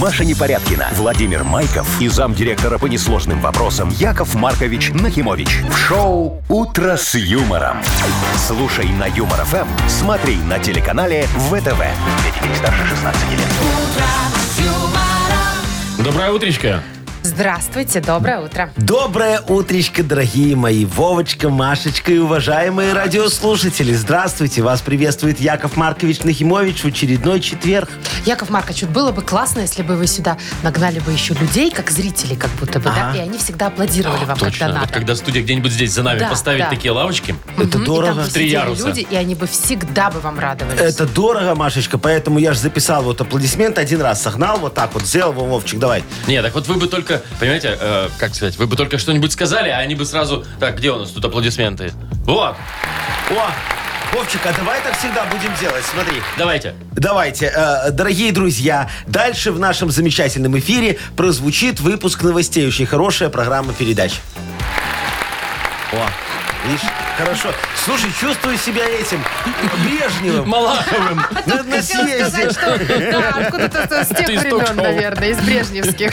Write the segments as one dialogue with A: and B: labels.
A: Маша Непорядкина, Владимир Майков и замдиректора по несложным вопросам Яков Маркович Нахимович. В шоу «Утро с юмором». Слушай на Юмор ФМ, смотри на телеканале ВТВ. детей старше 16 лет.
B: Доброе утречко.
C: Здравствуйте, доброе утро.
D: Доброе утречко, дорогие мои. Вовочка, Машечка и уважаемые радиослушатели. Здравствуйте. Вас приветствует Яков Маркович Нахимович в очередной четверг.
C: Яков Маркович, вот было бы классно, если бы вы сюда нагнали бы еще людей, как зрителей, как будто бы, да?
D: Ага. А,
C: И они всегда аплодировали вам,
B: Точно.
C: когда
B: А Вот
C: надо.
B: когда студия где-нибудь здесь за нами
C: Да,
B: поставить
C: да.
B: такие лавочки.
D: Это
C: Мгм, и там
D: дорого.
C: бы
B: Три
C: сидели
B: яруса.
C: люди, и они бы всегда бы вам радовались.
D: Это дорого, Машечка, поэтому я же записал вот аплодисмент один раз, согнал вот так вот, сделал, Во, Вовчик, давай.
B: Не, так вот вы бы только, понимаете, э, как сказать, вы бы только что-нибудь сказали, а они бы сразу, так, где у нас тут аплодисменты? Вот,
D: О, Вовчик, а давай так всегда будем делать, смотри.
B: давайте.
D: Давайте, э, дорогие друзья, дальше в нашем замечательном эфире прозвучит выпуск новостей. Очень хорошая программа передач. О, видишь, хорошо. Слушай, чувствую себя этим э, Брежневым.
B: Малаховым.
D: На- на
C: а Хотела
D: съезде.
C: сказать, что да, откуда-то с тех
B: Ты из
C: времен,
B: ток-шоу.
C: наверное, из брежневских.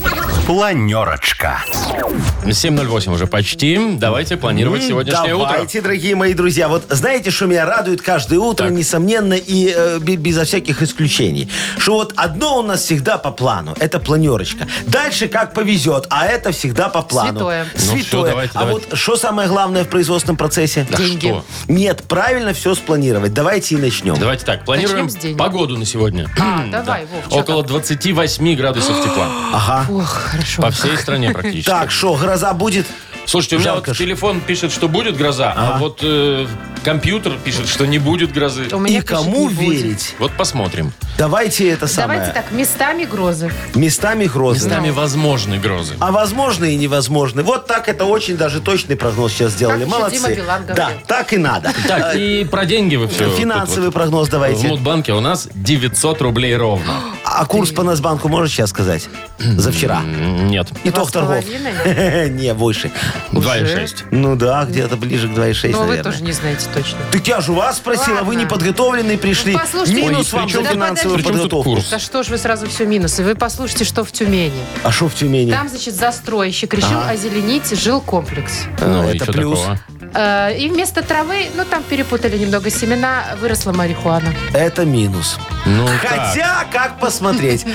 A: Планерочка.
B: 7.08 уже почти. Давайте планировать сегодняшнее утро.
D: Давайте, дорогие мои друзья. Вот знаете, что меня радует каждое утро,
B: Так.
D: несомненно, и э, бе- безо всяких исключений? Что вот одно у нас всегда по плану. Это планерочка. Дальше как повезет, а это всегда по плану.
C: Святое.
B: Ну
D: Святое.
B: всё, давайте,
D: а
B: давайте.
D: вот что самое главное в производственном процессе?
B: Да
C: Деньги.
B: что?
D: Нет, правильно все спланировать. Давайте и начнем.
B: Давайте так, планируем
C: Начнем с денег.
B: погоду на сегодня.
C: А, давай, Вов, чё
B: Около
C: там?
B: 28 градусов тепла.
D: Ага.
C: Ох, хорошо.
B: По всей стране практически.
D: Так, что, гроза будет?
B: Слушайте, у меня
D: Жалко
B: вот
D: ж.
B: телефон пишет, что будет гроза, а вот э, компьютер пишет, что не будет грозы.
C: У меня
D: и
C: пишет,
D: кому
C: не будет.
D: верить?
B: Вот посмотрим.
D: Давайте это самое.
C: Давайте так, местами грозы.
D: Местами грозы.
B: Местами возможны грозы.
D: А возможно и невозможно. Вот так это очень даже точный прогноз сейчас сделали.
C: еще
D: Молодцы.
C: Дима Билан говорил.
D: да, так и надо.
B: Так, и про деньги вы все.
D: Финансовый прогноз
B: В
D: давайте.
B: Мудбанке у нас 900 рублей ровно.
D: А курс по Насбанку можешь сейчас сказать? За вчера.
B: М, Нет,
C: Два с
D: Итог торгов.
C: половиной?
D: Не, больше.
B: 2,6.
D: Ну да, где-то ближе к
C: Но
D: 2,6,
C: Ну, вы
D: наверное.
C: тоже не знаете точно.
D: Так я же у вас спросила, вы
C: Ладно.
D: неподготовленные пришли.
C: Ну, послушайте,
D: Минус
B: Ой,
D: вам
B: при чем
D: за
C: тут-
D: финансовую
C: при
B: Причем тут
D: подготовку.
B: курс?
C: Да что ж вы сразу все минусы? Вы послушайте, что в Тюмени.
D: А что в Тюмени?
C: Там, значит, застройщик решил озеленить жилкомплекс.
B: Ну,
D: А, это
B: и чё
D: плюс.
B: такого?
C: Э, И вместо травы, ну там перепутали немного семена, выросла марихуана.
D: Это минус.
B: Ну, так.
D: Хотя, как посмотреть.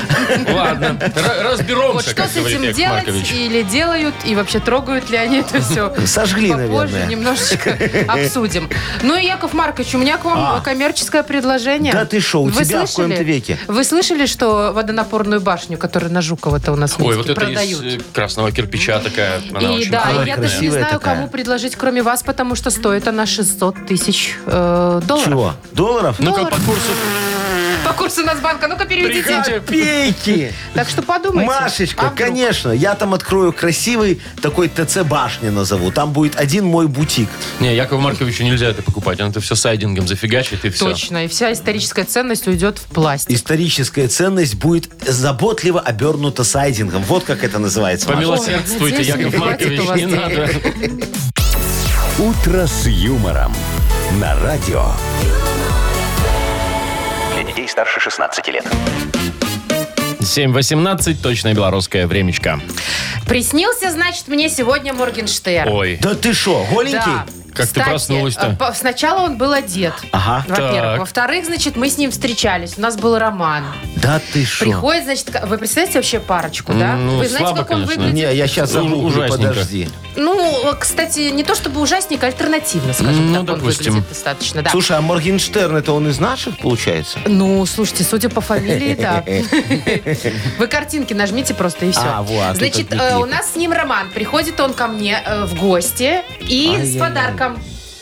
B: Ладно, Р-
C: Вот
B: разберемся,
C: что
B: как
C: с
B: говорит
C: этим
B: Яков
C: делать
B: Маркович.
C: или делают, и вообще трогают ли они это все.
D: Сожгли,
C: Попозже
D: наверное.
C: немножечко обсудим. Ну и, Яков Маркович, у меня к вам
D: А.
C: коммерческое предложение.
D: Да ты шо, у
C: Вы
D: тебя в
C: слышали?
D: коем-то веке.
C: Вы слышали, что водонапорную башню, которая на Жукова-то у нас в
B: Ой,
C: Минске
B: вот это
C: продают?
B: из э, красного кирпича такая. Она
C: и
B: очень
C: да, и
D: Ой,
B: красивая.
C: я даже не
D: красивая
C: знаю,
D: такая.
C: кому предложить, кроме вас, потому что стоит она 600 тысяч э, долларов.
D: Чего? Долларов?
B: Ну-ка, по курсу.
C: По курсу Нацбанка. Ну-ка, переведите.
B: Прикиньте.
D: Копейки!
C: Так что подумайте.
D: Машечка,
C: А вдруг?
D: конечно, я там открою красивый такой ТЦ башня назову. Там будет один мой бутик.
B: Не, Якову Марковичу нельзя это покупать. Он это все сайдингом зафигачит и все.
C: Точно. И вся историческая ценность уйдет в пластик.
D: Историческая ценность будет заботливо обернута сайдингом. Вот как это называется. Маша.
B: Помилосердствуйте,
C: Ой, надеюсь,
B: Яков
C: не хватит
B: Маркович,
C: у вас
B: не надо.
A: «Утро с юмором» на радио.
E: Для детей старше 16 лет.
B: 7.18, точное белорусское времечко.
C: Приснился, значит, мне сегодня Моргенштерн.
B: Ой.
D: Да ты шо, голенький?
C: Да.
B: Как ты проснулась-то?
C: э, по- Сначала он был одет.
D: Ага.
C: Во-первых.
B: Так.
C: Во-вторых, значит, мы с ним встречались. У нас был роман.
D: Да ты шо?
C: Приходит, значит, к- вы представляете вообще парочку, да?
B: Ну,
C: вы знаете,
B: слабо,
C: как он
B: конечно.
C: выглядит?
D: Не, я сейчас
B: Ну,
D: загуглю,
B: ужасненько.
D: подожди.
C: Ну, кстати, не то чтобы ужасник, а альтернативно, скажем
B: Ну,
C: так,
B: допустим.
C: он выглядит достаточно, да.
D: Слушай, а Моргенштерн это он из наших получается?
C: Ну, слушайте, судя по фамилии, да. Вы картинки нажмите просто и все.
D: А, вот, тут
C: Значит,
D: не
C: э, у
D: клик.
C: нас с ним роман. Приходит он ко мне э, в гости и
D: Ай-яй-яй.
C: с подарком.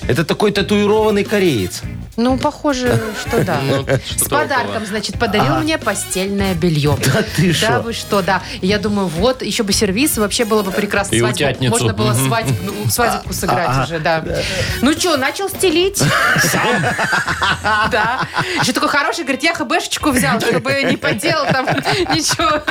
D: Это такой татуированный кореец.
C: Ну, похоже, что да.
B: Ну,
C: С
B: что-то
C: подарком,
B: около.
C: значит, подарил
D: Ага.
C: мне постельное белье.
D: Да ты
C: Да
D: шо?
C: вы что, да. И Я думаю, вот, еще бы сервис, вообще было бы прекрасно.
B: И
C: свадьбу-
B: утятницу.
C: Можно было
B: Мгм. А,
C: свадьбу, ну, свадебку сыграть уже, да. Ну что, начал стелить? Сам? Да. Еще такой хороший, говорит, я хбшечку взял, чтобы не поделал там ничего.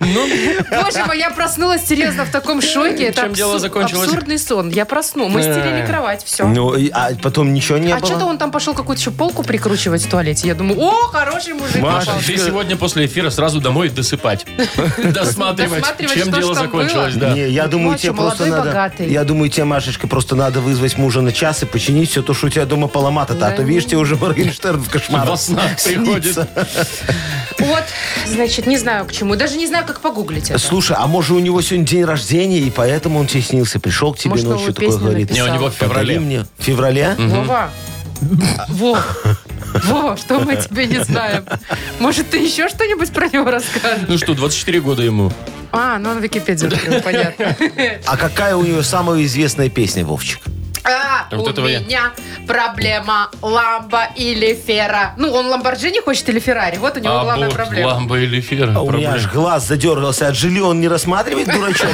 B: Ну.
C: Боже мой, я проснулась серьезно в таком шоке. Это
B: Э, Чем дело
C: абсур-
B: закончилось?
C: абсурдный сон. Я просну. Мы стелили
B: Э.
C: кровать, все.
D: Ну, и- а потом ничего не
C: А
D: было?
C: что-то он там пошел какую-то еще полку прикручивать в туалете. Я думаю, о, хороший мужик
D: Маша,
C: попался.
B: Ты сегодня после эфира сразу домой досыпать. Досматривать,
C: Досматривать,
B: чем
C: что ж
B: дело
C: там
B: закончилось.
C: было.
B: да.
D: Не, я думаю,
C: Ночью
D: тебе просто
C: молодой,
D: надо...
C: богатый.
D: Я думаю, тебе, Машечка, просто надо вызвать мужа на час и починить все то, что у тебя дома поломато-то. А то,
C: ну.
D: видишь, тебе уже Моргенштерн в кошмарах
B: Во снах приходит.
D: снится.
C: Вот, значит, не знаю к чему. Даже не знаю, как погуглить это.
D: Слушай, а может, у него сегодня день рождения, и поэтому он тебе снился, пришел к тебе
C: Может,
D: ночью,
C: новую
D: такой
C: песню
D: говорит...
B: Не, у него в
D: «Подари
B: феврале.
D: мне. В феврале?
C: Вова. Во. Во, что мы о тебе не знаем? Может, ты еще что-нибудь про него расскажешь?
B: Ну что, 24 года ему.
C: А, ну он Википедию открыл, понятно.
D: А какая у него самая известная песня, Вовчик?
C: А,
B: Вот
C: у
B: этого я-
C: меня проблема ламба или фера. Ну, он Ламборджини хочет или Феррари? Вот у него главная
B: Аборт,
C: проблема.
B: ламба или эфир.
D: А у меня аж глаз задергался. От жилья он не рассматривает, дурачок?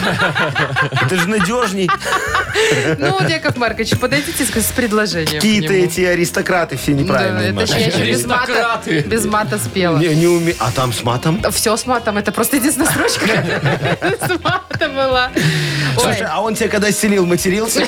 D: Это же надежней.
C: Ну, вот, Яков Маркович, подойдите с, с предложением. к
D: Какие-то
C: нему.
D: эти аристократы все
C: Да,
D: неправильные.
C: это ж я
D: Маша.
C: еще без мата,
B: Аристократы.
C: без мата спела.
D: Не, не уме- А там с матом?
C: Все с матом, это просто единственная строчка. С матом была. Ой,
D: Слушай, а он тебя когда стелил, матерился?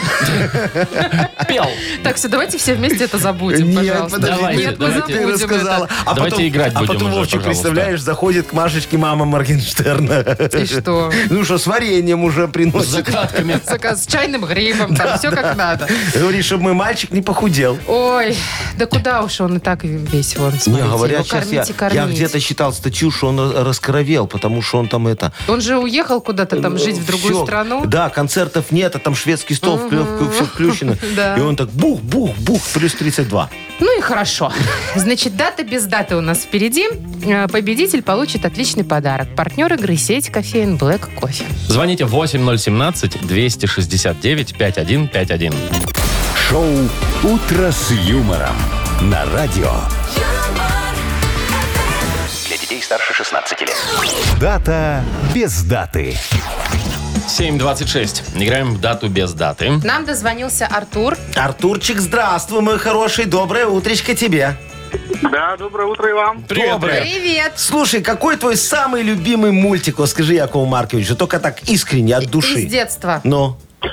B: Пел.
C: Так, все, давайте все вместе это забудем,
D: Нет,
C: пожалуйста.
D: подожди,
B: Давайте,
C: Нет, мы
B: давайте.
D: Ты
C: забудем
D: рассказала. А
B: Давайте
D: потом-
B: играть будем
D: А потом,
B: уже,
D: Вовчик,
B: пожалуйста.
D: представляешь, заходит к Машечке мама Моргенштерна.
C: это. И что?
D: Ну что, с вареньем уже
B: С
D: приносит.
B: закатками.
C: Сука, С чайным грибом, там все как надо.
D: Говорит, чтобы мой мальчик не похудел.
C: Ой, да куда уж он и так весь вон, смотрите,
B: ну,
C: его
D: щас
C: кормить и кормить.
D: я где-то считал статью, что он э, раскоровел, потому что он там это...
C: Он же уехал куда-то там жить в другую
D: Всё.
C: страну.
D: Да, концертов нет, а там шведский стол все включено.
C: Да.
D: И он так бух-бух-бух, плюс 32.
C: Ну и хорошо. Значит, дата без даты у нас впереди. Э, Победитель получит отличный подарок. Партнер игры сеть кофеин Black Кофе.
B: Звоните 8017-269-5151.
A: Шоу «Утро с юмором» на радио.
E: Для детей старше 16 лет.
A: Дата без даты.
B: 7.26. Играем в дату без даты.
C: Нам дозвонился Артур.
D: Артурчик, здравствуй, мой хороший, доброе утречко тебе.
F: Да, доброе утро и вам.
B: Привет,
D: Доброе.
B: привет.
C: Привет.
D: Слушай, какой твой самый любимый мультик? Вот скажи, Якову Марковичу, только так искренне, от
C: Из
D: души.
C: детства.
D: Ну,
F: А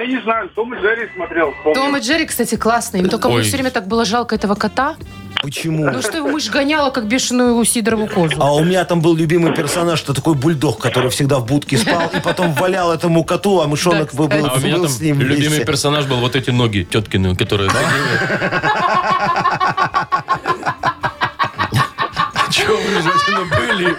F: я не знаю, Том и Джерри смотрел. помню.
C: Том и Джерри, кстати, классные. Им только
B: Ой.
C: мне все время так было жалко этого кота.
D: почему?
C: Ну что его мышь гоняла, как бешеную сидорову козу.
D: А у меня там был любимый персонаж, что такой бульдог, который всегда в будке спал и потом валял этому коту, а мышонок был, был,
B: А у меня
D: был
B: там
D: с ним
B: любимый
D: вместе.
B: персонаж был вот эти ноги теткины, которые... Чего вы, женщины, были?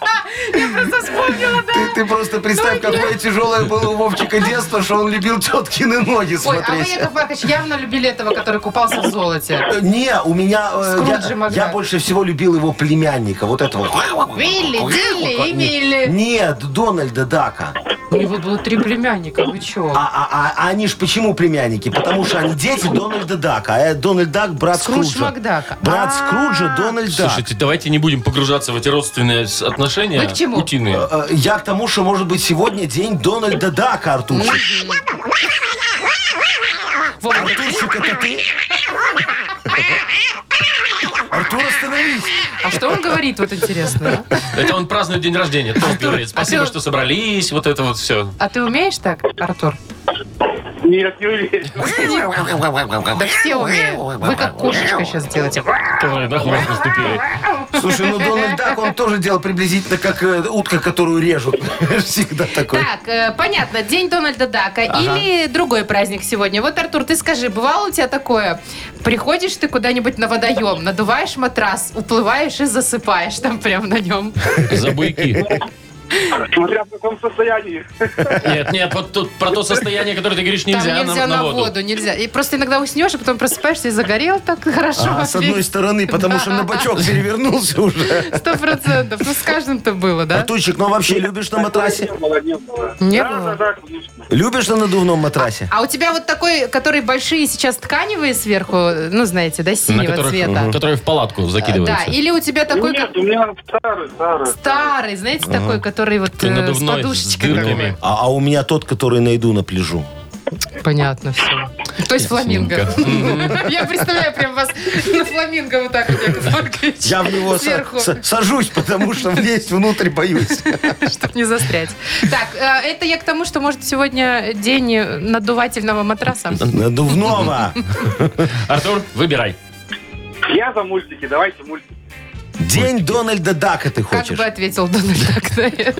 D: А, Ты, ты просто
C: Ну,
D: представь, какое тяжелое было у Вовчика детство, что он любил теткины ноги
C: Ой, а вы,
D: смотреть.
C: Яков Маркович, явно любили этого, который купался в золоте.
D: Э, Не, у меня... э,
C: Скруджи
D: я- я,
C: Макдак.
D: больше всего любил его племянника, вот этого.
C: Вилли, Дилли и Милли.
D: Нет, Дональда Дака.
C: У него было три племянника, вы чего?
D: А, а- а- а они ж почему племянники? Потому что они дети Дональда Дака. А э, Дональд Дак брат
C: Скрудж
D: Скруджа.
C: Макдака.
D: Брат Скруджа, Дональд Дак.
B: Слушайте, давайте не будем погружаться в эти родственные с- отношения.
C: Вы к чему?
B: Утиные.
D: Э, Я к тому, что, может быть, сегодня день Дональда Дака,
C: Ну,
D: Артурчик.
C: Вова,
D: Артурчик, это ты? Артур, остановись.
C: а что он говорит, вот интересно? а?
B: Это он празднует день рождения. Том говорит, спасибо,
C: Артур.
B: что собрались. Вот это вот все.
C: А ты умеешь так, Артур?
F: Нет, не уверен.
C: Да все умеют. Вы как кошечка сейчас делаете.
B: Которые на хвост наступили.
D: Слушай, ну Дональд Дак, он тоже делал приблизительно как э, утка, которую режут. Всегда такой.
C: Так, э, понятно, День Дональда Дака или другой праздник сегодня. Вот, Артур, ты скажи, бывало у тебя такое? Приходишь ты куда-нибудь на водоем, надуваешь матрас, уплываешь и засыпаешь там прям на нем.
B: За буйки.
F: Смотря в каком состоянии.
B: Нет, нет, вот тут про то состояние, которое ты говоришь, нельзя,
C: там нельзя
B: на, на воду.
C: нельзя. И просто иногда уснешь, а потом просыпаешься и загорел так хорошо.
D: А, с одной стороны, потому что на бочок перевернулся уже.
C: Сто процентов. Ну, с каждым-то было, да?
D: Артурчик, ну вообще любишь на матрасе?
F: Не было, не было.
C: Не
F: да,
C: было?
F: да, да, конечно.
D: Любишь на надувном матрасе?
C: А у тебя вот такой, который большие сейчас тканевые сверху, ну, знаете, да,
B: На
C: синего
B: которых,
C: цвета.
B: которые в палатку
C: Да, э,
B: закидываются.
C: или у тебя такой, как
F: Нет, у меня старый, старый.
C: старый, знаете, такой, который вот
B: И
C: э, с
B: надувной, с
C: подушечками.
B: дырками.
D: А, а у меня тот, который найду на пляжу.
C: Понятно все. То есть фламинго. Я представляю прям вас на фламинго вот так вот, Яков Маркович.
D: Я в него со-
C: Сверху,
D: со- сажусь, потому что влезть внутрь боюсь.
C: чтобы не застрять. Так, э, это я к тому, что, может, сегодня день э, надувательного матраса.
D: Ну, Надувного.
B: Артур, выбирай.
F: Я за мультики, давайте мультики.
D: День Дональда Дака ты
C: Как
D: хочешь.
C: бы ответил Дональд Дак на это?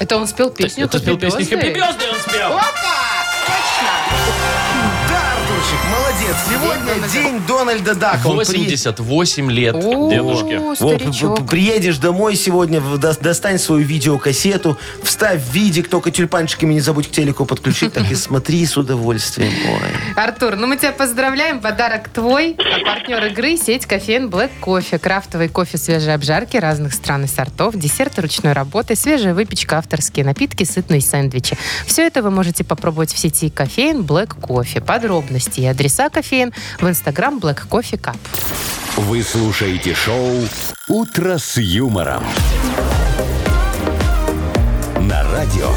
C: Это он спел песню
B: Ты спел песню «Хэппи
C: «Хэппи Бёрздэй»?
B: Бёздэй» он спел.
C: Опа! Точно!
D: Да, Артурчик, молодец. Сегодня день Дональда Дака. Он при-
B: 88 лет
C: О,
B: дедушке.
D: Вот,
C: старичок.
D: п- приедешь домой сегодня, в- дос- достань свою видеокассету, вставь видик, только тюльпанчиками не забудь к телеку подключить, так и смотри с удовольствием. Ой.
C: Артур, ну мы тебя поздравляем. Подарок твой. А партнер игры – сеть кофеин Black Кофе. Крафтовый кофе свежей обжарки разных стран и сортов, десерты ручной работы, свежая выпечка, авторские напитки, сытные сэндвичи. Все это вы можете попробовать в сети кофеин Black Кофе. Подробности и адреса кофеин в инстаграм Black Кофе Cup.
A: Вы слушаете шоу «Утро с юмором». На радио.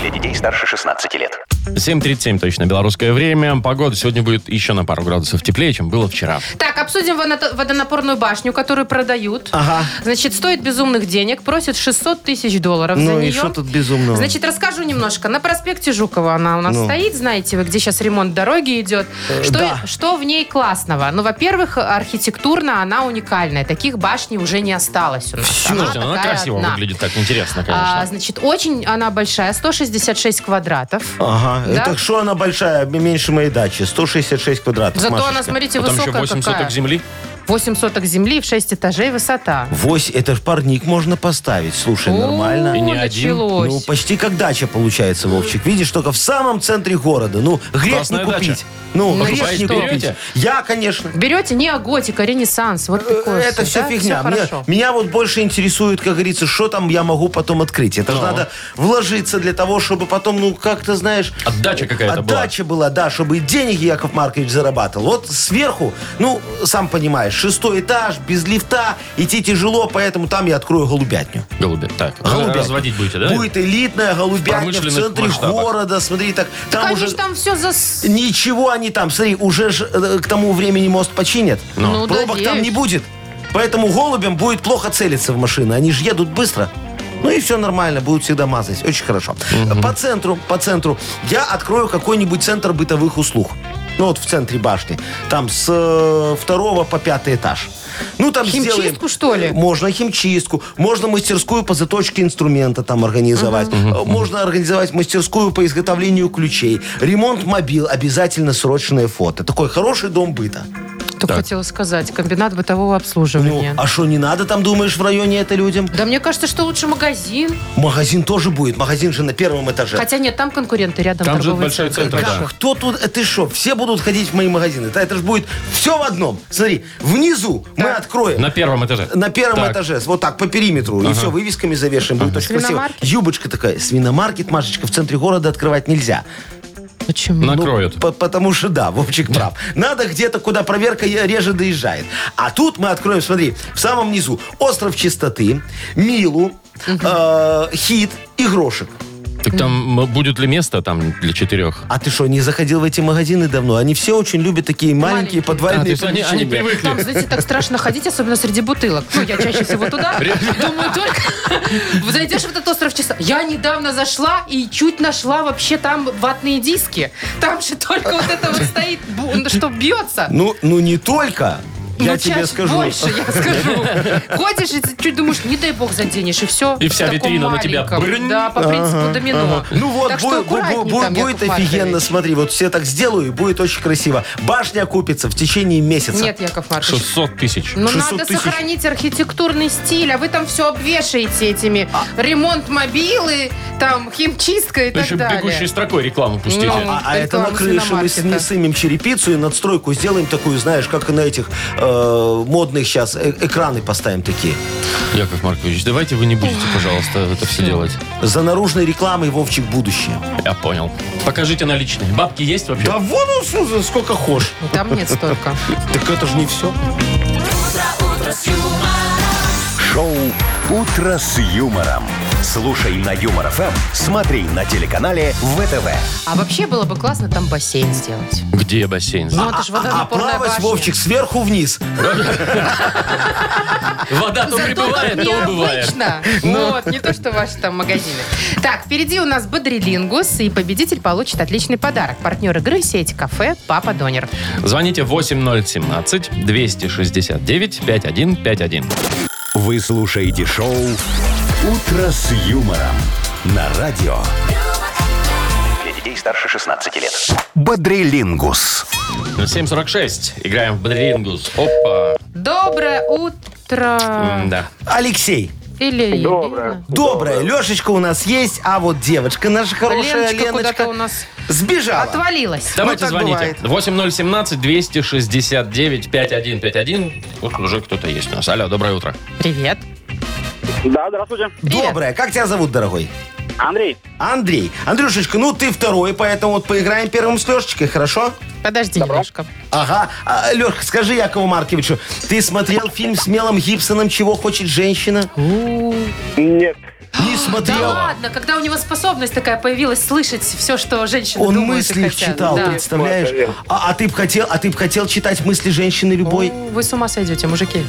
E: Для детей старше 16 лет.
B: 7.37 точно, белорусское время. Погода сегодня будет еще на пару градусов теплее, чем было вчера.
C: Так, обсудим водонато- водонапорную башню, которую продают.
D: Ага.
C: Значит, стоит безумных денег, просят 600 тысяч долларов за
D: Ну и
C: нее.
D: что тут безумного? Ну.
C: Значит, расскажу немножко. На проспекте Жукова она у нас стоит, знаете вы, где сейчас ремонт дороги идет. Что,
D: Э, да.
C: что в ней классного? Ну, во-первых, архитектурно она уникальная. Таких башней уже не осталось у нас.
B: Слушайте, ну, она
C: такая
B: красиво
C: одна.
B: выглядит, так интересно,
C: А,
B: конечно.
C: значит, очень она большая, 166 квадратов.
D: Ага,
C: Да?
D: так что она большая, м- меньше моей дачи, 166 квадратов.
C: Зато она,
D: Машечка.
C: смотрите,
B: Потом еще
C: высокая
B: 8
C: какая.
B: соток земли.
C: 8 соток земли и в 6 этажей высота.
D: Вось, это ж парник можно поставить, слушай, нормально.
C: О,
B: И не один.
C: началось.
D: Ну, почти как дача получается, Вовчик. Видишь, только в самом центре города. Ну, грех не
B: Классная
D: купить.
B: дача.
D: Ну,
C: Ну,
D: грех не
C: покупаете,
D: купить.
B: берете?
D: Я, конечно.
C: Берете не аготика, ренессанс. Вот такое.
D: Э, Это все
C: да?
D: фигня.
C: Всё
D: Мне-
C: хорошо.
D: меня вот больше интересует, как говорится, что там я могу потом открыть.
B: Ну.
D: Это же надо вложиться для того, чтобы потом, ну, как-то, знаешь...
B: Отдача А какая-то была.
D: Отдача была, да, чтобы и деньги Яков Маркович зарабатывал. Вот сверху, ну, сам понимаешь, шестой этаж, без лифта, идти тяжело, поэтому там я открою голубятню.
B: Голуби. Так,
D: Голубятня.
B: разводить будете, да?
D: Будет элитная голубятня в
B: промышленных
D: центре
B: масштабах.
D: города. Смотри, так там
C: Конечно,
D: уже... Э,
C: там все за...
D: Ничего они там, смотри, уже ж, э, к тому времени мост починят.
C: Ну,
D: Пробок там
C: надеюсь.
D: не будет. Поэтому голубям будет плохо целиться в машины. Они же едут быстро. Ну и все нормально, будут всегда мазать. Очень хорошо. По центру, по центру. Я открою какой-нибудь центр бытовых услуг. Ну вот в центре башни. Там с э, второго по пятый этаж. Ну там
C: Химчистку,
D: сделаем-
C: что ли?
D: Можно химчистку, можно мастерскую по заточке инструмента там организовать. Э, Можно организовать мастерскую по изготовлению ключей. Ремонт мобил, обязательно срочное фото. Такой хороший дом быта.
C: Только хотела сказать, комбинат бытового
D: Ну,
C: обслуживания.
D: а что, не надо там, думаешь, в районе это людям?
C: Да мне кажется, что лучше магазин.
D: Магазин тоже будет. Магазин же на первом этаже.
C: Хотя нет, там конкуренты рядом.
B: Там же
C: торговый
B: большой центр.
D: Как-
B: да.
D: Кто тут? Это что? Все будут ходить в мои магазины. Да, Это же будет все в одном. Смотри, внизу мы откроем.
B: На первом этаже.
D: На первом
B: Так.
D: этаже, вот так, по периметру. И все, вывесками завешаем. Будет очень красиво.
C: Свиномаркет?
D: Юбочка такая. Свиномаркет, Машечка, в центре города открывать нельзя.
C: Ну,
D: Ну,
C: Почему?
B: Накроют.
D: По- потому что, да, Вовчик прав. Надо где-то, куда проверка е- реже доезжает. А тут мы откроем, смотри, в самом низу остров чистоты, Милу, э, Хит и Грошек.
B: Так там м, будет ли место там для четырех?
D: А ты что, не заходил в эти магазины давно? Они все очень любят такие
C: Маленькие.
D: маленькие,
B: А, то
D: подвальные
B: есть они, они
D: помещения.
C: Там,
B: привыкли.
C: знаете, так страшно ходить, особенно среди бутылок. Ну, я чаще всего туда. Думаю, только зайдешь в этот остров часа. Я недавно зашла и чуть нашла вообще там ватные диски. Там же только вот это вот стоит, бу- что бьется.
D: Ну, ну не только. Я
C: Ну,
D: тебе
C: чаще-
D: скажу.
C: Больше я скажу. Ходишь и чуть думаешь, не дай бог заденешь, и все.
B: И вся витрина на тебя. Брынь.
C: Да, по принципу домино.
D: Ну вот,
C: Так что
D: будет,
C: аккуратней
D: будет-
C: там,
D: будет
C: Яков
D: офигенно,
C: Маркович.
D: смотри, вот все так сделаю, и будет очень красиво. Башня окупится в течение месяца.
C: Нет, Яков Маркович.
B: 600 тысяч.
C: Ну,
D: 600
C: надо
D: тысяч.
C: сохранить архитектурный стиль, а вы там все обвешаете этими. Ремонт мобилы, там, химчистка и
B: Ну, Еще
C: так далее.
B: бегущей строкой рекламу пустите.
C: Ну,
D: А, а это
C: Реклама
D: на крыше мы с- не
C: свиномаркета.
D: сымем черепицу и надстройку сделаем такую, знаешь, как на этих э, модных сейчас экраны поставим такие.
B: Яков Маркович, давайте вы не будете, пожалуйста, это все делать.
D: За наружной рекламой Вовчик будущее.
B: Я понял. Покажите наличные. Бабки есть вообще?
D: Да вон он, слушай, сколько хошь.
C: Ну, Там нет столько.
D: Так это же не все.
A: Шоу «Утро с юмором». Слушай на Юмор ФМ, смотри на телеканале ВТВ.
C: А вообще было бы классно там бассейн сделать.
B: Где бассейн?
C: Ну, это же
D: А
C: водонапорная
D: плавать,
C: башня.
D: Вовчик, сверху вниз.
B: Вода то
C: Зато
B: прибывает,
C: так
B: то убывает.
C: необычно. Вот, не то, что ваши там магазины. Так, впереди у нас Бодрилингус, и победитель получит отличный подарок. Партнер игры сеть кафе «Папа Донер».
B: Звоните 8017-269-5151.
A: Вы слушаете шоу «Утро с юмором» на радио
E: Для детей старше 16 лет.
A: «Бодрилингус».
B: 7.46. Играем в Бодрилингус. Опа.
C: Доброе
D: А,
C: утро.
B: Да.
D: ну Алексей,
C: Или Елена.
F: Доброе.
D: добрая, Лешечка у нас есть, а вот девочка наша хорошая,
C: Леночка куда-то у нас
D: Леночка, сбежала.
C: отвалилась.
B: Давайте
D: так
B: звоните.
D: бывает.
B: 8017-269-5151. Вот уже кто-то есть у нас. Алло, доброе утро.
C: Привет.
F: Да, здравствуйте.
C: Привет.
D: Добрая, как тебя зовут, дорогой?
F: Андрей.
D: Андрей. Андрюшечка, ну ты второй, поэтому вот поиграем первым с Лешечкой, хорошо?
C: Подожди немножко.
D: Ага. А, Лешка, скажи Якову Марковичу, ты смотрел фильм с Мелом Гибсоном «Чего хочет женщина»?
F: Нет.
D: Не смотрел.
C: Да ладно, когда у него способность такая появилась слышать все, что женщины
D: Он
C: думают и
D: мысли
C: хотят.
D: читал,
C: Да.
D: представляешь? А, а ты бы хотел, а ты б хотел читать мысли женщины любой?
C: О, Ну, Вы с ума сойдете, мужики.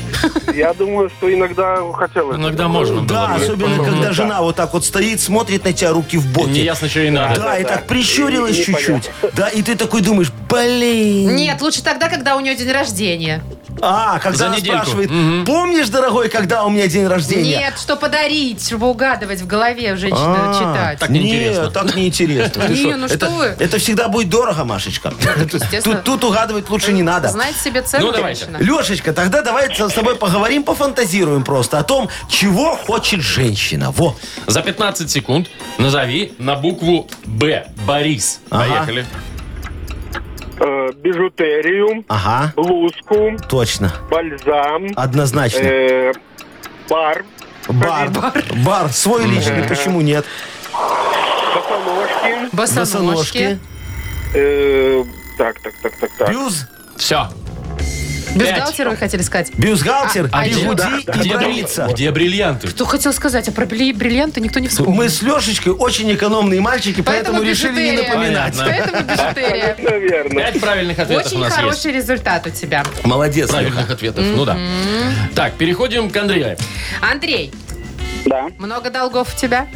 F: Я думаю, что иногда хотелось.
B: Иногда можно
D: Да,
B: было бы.
D: особенно когда жена вот так вот стоит, смотрит на тебя руки в боки.
B: Не ясно, что и надо.
D: Да, и
F: Да-да-да.
D: так прищурилась
F: И- и
D: чуть-чуть. Да, и ты такой думаешь, блин.
C: Нет, лучше тогда, когда у нее день рождения.
D: А, когда
B: За
D: она
B: недельку.
D: спрашивает, помнишь, дорогой, когда у меня день рождения?
C: Нет, что подарить, чтобы угадывать в голове у женщины
D: А,
C: читать.
B: так
D: Не,
B: неинтересно.
D: так неинтересно. Ты
C: Не, ну
D: это,
C: что вы.
D: Это всегда будет дорого, Машечка.
C: естественно.
D: Тут, тут угадывать лучше не надо.
C: Знать себе цену,
B: Ну, давайте.
C: женщина.
D: Лешечка, тогда давай с тобой поговорим, пофантазируем просто о том, чего хочет женщина. Во.
B: За 15 секунд назови на букву Б. Борис.
D: Ага.
B: Поехали.
F: Э, бижутерию,
D: Ага,
F: блузку,
D: точно.
F: бальзам,
D: Однозначно.
F: э, бар,
D: Бар. Бар. Свой личный, почему нет?
C: Босоножки.
F: босоножки.
D: Босоножки.
F: э, так, так, так, так, так.
D: Бюз.
B: Все.
C: Бюстгальтер вы хотели сказать?
D: Бюстгальтер,
C: А- а
D: бигуди
F: где-
D: и бровица.
B: Где бриллианты?
C: Кто хотел сказать, а про бри- бриллианты никто не вспомнил.
D: Мы с Лешечкой очень экономные мальчики, поэтому, решили не
C: бижутерия.
D: напоминать.
B: Понятно.
C: Поэтому бижутерия.
F: Наверное.
B: Пять правильных ответов у
C: Очень
B: нас есть.
C: хороший результат у тебя.
D: Молодец.
B: Правильных ответов, ну да. Так, переходим к Андрею.
C: Андрей,
F: Да.
C: много долгов у тебя?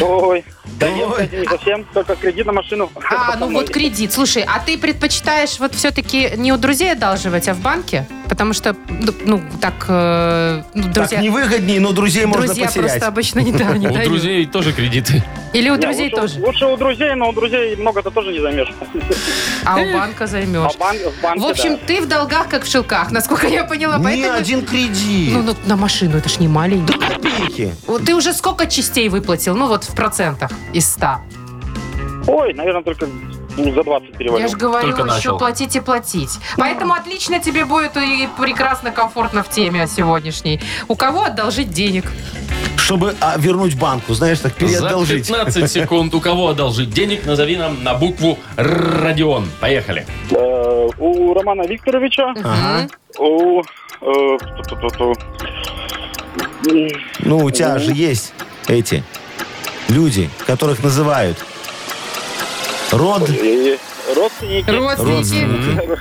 F: Ой. Да
D: Ой.
F: нет, кстати, не совсем, только кредит на машину.
C: А, ну вот
F: Пацаны.
C: кредит. Слушай, а ты предпочитаешь вот все-таки не у друзей одалживать, а в банке? Потому что, ну, ну, так, э, ну,
D: Так
C: друзья,
D: невыгоднее, но друзей можно
C: друзья
D: потерять.
C: просто обычно не, да, не
B: У
C: дают.
B: друзей тоже кредиты.
C: Или у
F: Не,
C: друзей
F: лучше,
C: тоже.
F: Лучше у друзей, но у друзей много-то тоже не займешь.
C: А у банка займешь.
F: А бан- в банке,
C: В общем,
F: да.
C: ты в долгах, как в шелках, насколько я поняла.
D: Ни
C: Поэтому...
D: один кредит.
C: Ну, ну, на машину, это ж не маленький.
D: Пики.
C: Вот Ты уже сколько частей выплатил? Ну, вот в процентах из 100.
F: Ой, наверное, только ну, за 20 перевалил.
C: Я же говорю,
B: Только
C: еще
B: начал.
C: платить и платить. Поэтому отлично тебе будет и прекрасно комфортно в теме сегодняшней. У кого одолжить денег?
D: Чтобы а, вернуть банку, знаешь, так
B: За
D: переодолжить.
B: 15 секунд у кого одолжить денег, назови нам на букву Р. Родион. Поехали.
F: Э, у Романа Викторовича,
D: Ага.
F: у... э, ту-ту-ту-ту. М,
D: Ну, у тебя же есть эти люди, которых называют род.
F: э, Родственники.
C: Родственники.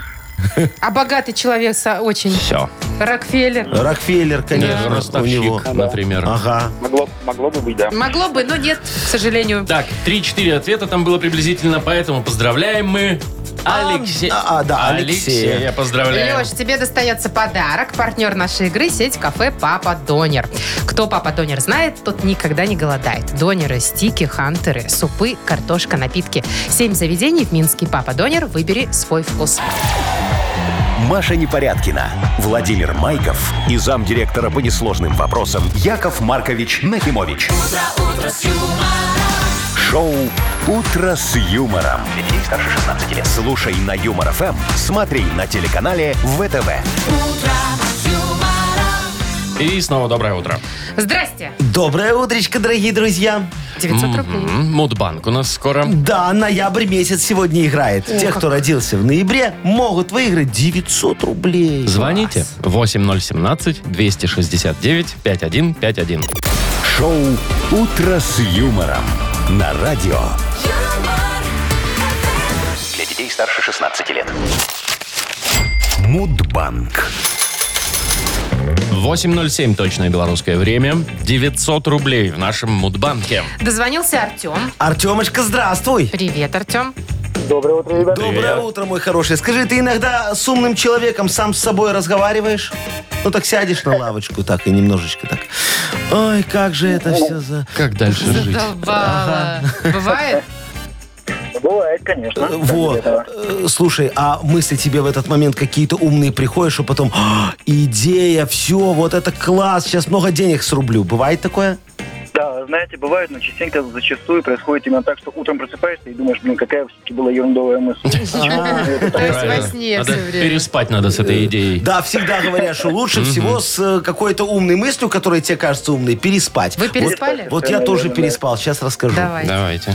C: А богатый человек со- очень.
B: Все.
C: Рокфеллер.
D: Рокфеллер,
B: Даже
D: конечно, у него.
B: Э, ростовщик, например.
D: Ага.
F: Могло, могло бы быть, да.
C: Могло бы, но нет, к сожалению.
B: Так, 3-4 ответа там было приблизительно, поэтому поздравляем мы Алексея.
D: а, а, да, Алексея.
B: поздравляем.
C: Леш, тебе достается подарок. Партнер нашей игры – сеть кафе «Папа Донер». Кто «Папа Донер» знает, тот никогда не голодает. Донеры, стики, хантеры, супы, картошка, напитки. Семь заведений в Минске «Папа Донер». Выбери свой вкус.
A: Маша Непорядкина, Владимир Майков и замдиректора по несложным вопросам Яков Маркович Нахимович. Шоу Утро с юмором.
E: Для детей старше 16 лет.
A: Слушай на Юмор ФМ, смотри на телеканале ВТВ.
B: И снова доброе утро.
C: Здрасте.
D: Доброе утречко, дорогие друзья.
C: 900 рублей.
B: М, Мудбанк у нас скоро.
D: Да, ноябрь месяц сегодня играет. Те, кто родился в ноябре, могут выиграть 900 рублей.
B: Звоните 8017-269-5151.
A: Шоу «Утро с юмором» на радио.
G: юмор,
E: Для детей старше 16 лет.
A: Мудбанк.
B: 8.07 точное белорусское время. 900 рублей в нашем Мудбанке.
C: Дозвонился Артем.
D: Артемочка, здравствуй.
C: Привет, Артем.
H: Доброе утро, ребята.
D: Доброе утро, мой хороший. Скажи, ты иногда с умным человеком сам с собой разговариваешь? Ну так сядешь на лавочку так и немножечко так. Ой, как же это все за...
B: Как дальше жить?
C: Задолбала. Бывает?
H: Бывает, конечно.
D: Э, Вот. Э, Слушай, а мысли тебе в этот момент какие-то умные приходят, что потом «А, идея, все, вот это класс, сейчас много денег срублю. Бывает такое?
H: Да, знаете, бывает, но частенько зачастую происходит именно так, что утром просыпаешься и думаешь, блин, какая все-таки была ерундовая мысль.
C: То есть во
B: Правильно.
C: сне
B: Надо
C: все время.
B: переспать надо с этой идеей.
D: Да, всегда говорят, что лучше всего с э, какой-то умной мыслью, которая тебе кажется умной, переспать.
C: Вы
D: Вот-
C: переспали?
D: Вот я тоже переспал, сейчас расскажу.
C: Давай.
B: Давайте.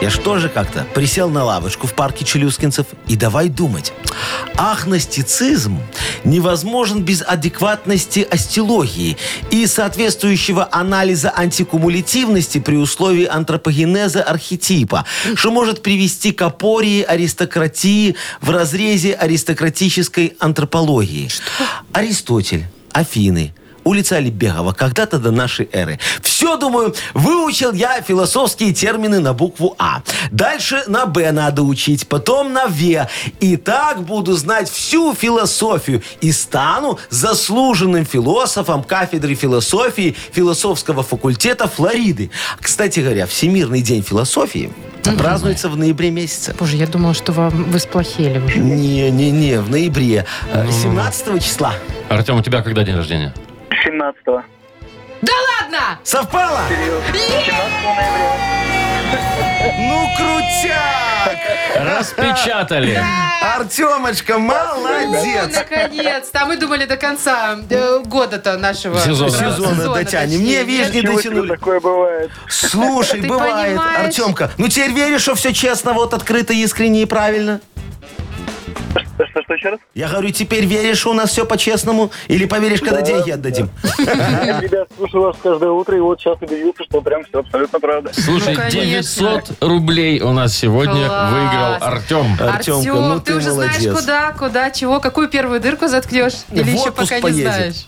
D: Я ж тоже как-то присел на лавочку в парке челюскинцев и давай думать. Агностицизм невозможен без адекватности остилогии и соответствующего анализа антикумулятивности при условии антропогенеза архетипа, что может привести к опории аристократии в разрезе аристократической антропологии. Аристотель, Афины, улица Алибегова, когда-то до нашей эры. Все, думаю, выучил я философские термины на букву А. Дальше на Б надо учить, потом на Ве. И так буду знать всю философию и стану заслуженным философом кафедры философии философского факультета Флориды. Кстати говоря, Всемирный день философии празднуется в ноябре месяце.
C: Боже, я думала, что вам вы сплохели уже.
D: Не-не-не, в ноябре. э, 17 числа.
B: Артем, у тебя когда день рождения?
H: 17
C: Ладно!
D: Совпало?
H: ноября.
D: Ну, крутяк!
B: Распечатали.
D: Артемочка,
C: Ну,
D: молодец!
C: наконец! Там мы думали до конца э, года-то нашего.
B: Сезона.
D: Сезона дотянем.
C: ну,
D: Не,
C: точнее.
D: видишь, не
C: Нет,
H: Чего
D: дотянули.
H: такое бывает?
D: Слушай,
C: Ты
D: бывает,
C: понимаешь?
D: Артемка. Ну теперь веришь, что все честно, вот открыто, искренне и правильно?
H: Что, что, что еще раз?
D: Я говорю, теперь веришь, что у нас все по-честному? Или поверишь, когда деньги отдадим?
H: Ребят, слушаю вас каждое утро, и вот сейчас убедился, что прям все абсолютно правда.
B: Слушай,
C: Ну, конечно.
B: 900 рублей у нас сегодня
C: Класс.
B: выиграл Артем.
D: Артемка,
C: Артем,
D: ну
C: ты,
D: ты
C: уже знаешь,
D: молодец.
C: куда, куда, чего, какую первую дырку заткнешь?
D: В
C: Или еще
D: отпуск
C: пока не
D: поедет.
C: знаешь?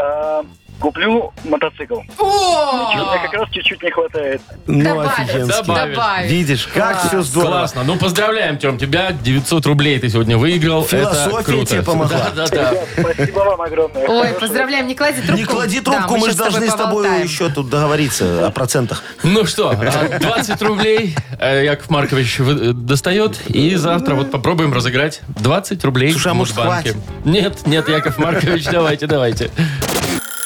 H: А, Куплю мотоцикл. Мне
C: О!
H: как раз чуть-чуть не хватает.
D: Ну,
C: Добавишь,
D: офигенски.
B: добавишь.
C: Добавишь.
D: Видишь, как
C: Класс.
D: все здорово.
B: Классно. Ну, поздравляем, Тем, тебя 900 рублей ты сегодня выиграл.
D: Философия
B: Это круто.
D: тебе помогла.
B: Да, да, да.
H: Спасибо вам огромное.
C: Ой, поздравляем, не клади трубку.
D: Не клади
C: Да,
D: трубку, мы
C: щас
D: же должны с тобой
C: поболтаем.
D: еще тут договориться о процентах.
B: Ну что, а, 20 рублей э, Яков Маркович вы- э, достает, и завтра вот попробуем разыграть 20 рублей
D: Слушай, а
B: в
D: может,
B: Мудбанке. Нет, нет, Яков Маркович, давайте, давайте.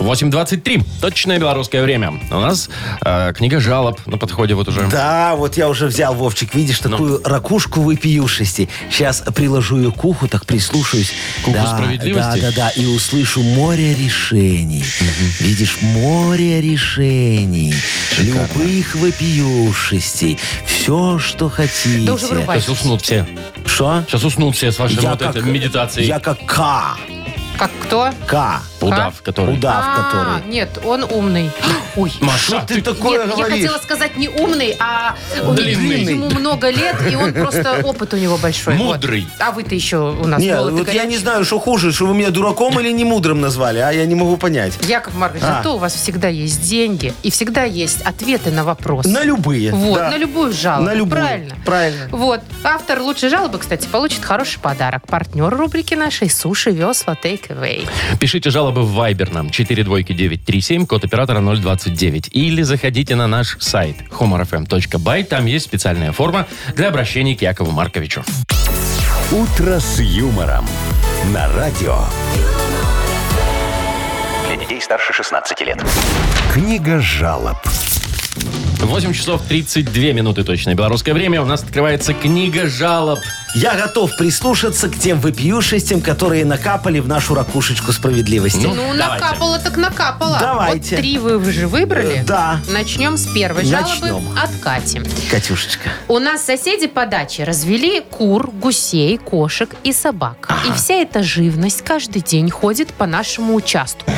B: 8.23. Точное белорусское время. У нас э, книга жалоб на подходе вот уже.
D: Да, вот я уже взял, Вовчик, видишь,
B: Ну.
D: такую ракушку выпиюшести. Сейчас приложу ее к уху, так прислушаюсь.
B: К уху
D: да,
B: справедливости?
D: Да, да, да, и услышу море решений. Видишь, море решений. Любых выпиюшестей. Все, что хотите.
C: Да уже вырубай.
B: Сейчас уснут все.
D: Что?
B: Сейчас уснут все с вашей вот этой медитацией.
D: Я как К.
C: Как кто?
D: К.
B: Удав, который.
D: Удав,
C: А,
D: который.
C: Нет, он умный. Ой.
B: Маша,
D: Что ты такое
C: Нет, я
D: говоришь?
C: хотела сказать не умный, а он-
B: Длинный.
C: ему много лет, и он просто опыт у него большой. Вот.
B: Мудрый.
C: А вы-то еще у нас
D: Не,
C: молоды,
D: вот я
C: горячие.
D: не знаю, что хуже, что вы меня дураком или не мудрым назвали, а я не могу понять.
C: Яков Маркович,
D: А.
C: зато у вас всегда есть деньги и всегда есть ответы на вопросы.
D: На любые.
C: Вот,
D: да.
C: на любую жалобу.
D: На любую.
C: Правильно.
D: Правильно.
C: Вот. Автор лучшей жалобы, кстати, получит хороший подарок. Партнер рубрики нашей «Суши Весла Take Away».
B: Пишите жалобы в Viber нам 42937, код оператора 029. Или заходите на наш сайт humorfm.by. Там есть специальная форма для обращений к Якову Марковичу.
A: «Утро с юмором» на радио.
E: Для детей старше 16 лет.
A: Книга жалоб.
B: 8 часов 32 минуты точное белорусское время. У нас открывается книга жалоб.
D: Я готов прислушаться к тем вопиюшестям, которые накапали в нашу ракушечку справедливости.
B: Ну,
C: Ну,
B: давайте.
C: накапало так накапало.
D: Давайте.
C: Вот три вы уже выбрали.
D: Э, да.
C: Начнем с первой жалобы
D: Начнем.
C: от Кати.
D: Катюшечка.
C: У нас соседи по даче развели кур, гусей, кошек и собак. И вся эта живность каждый день ходит по нашему участку.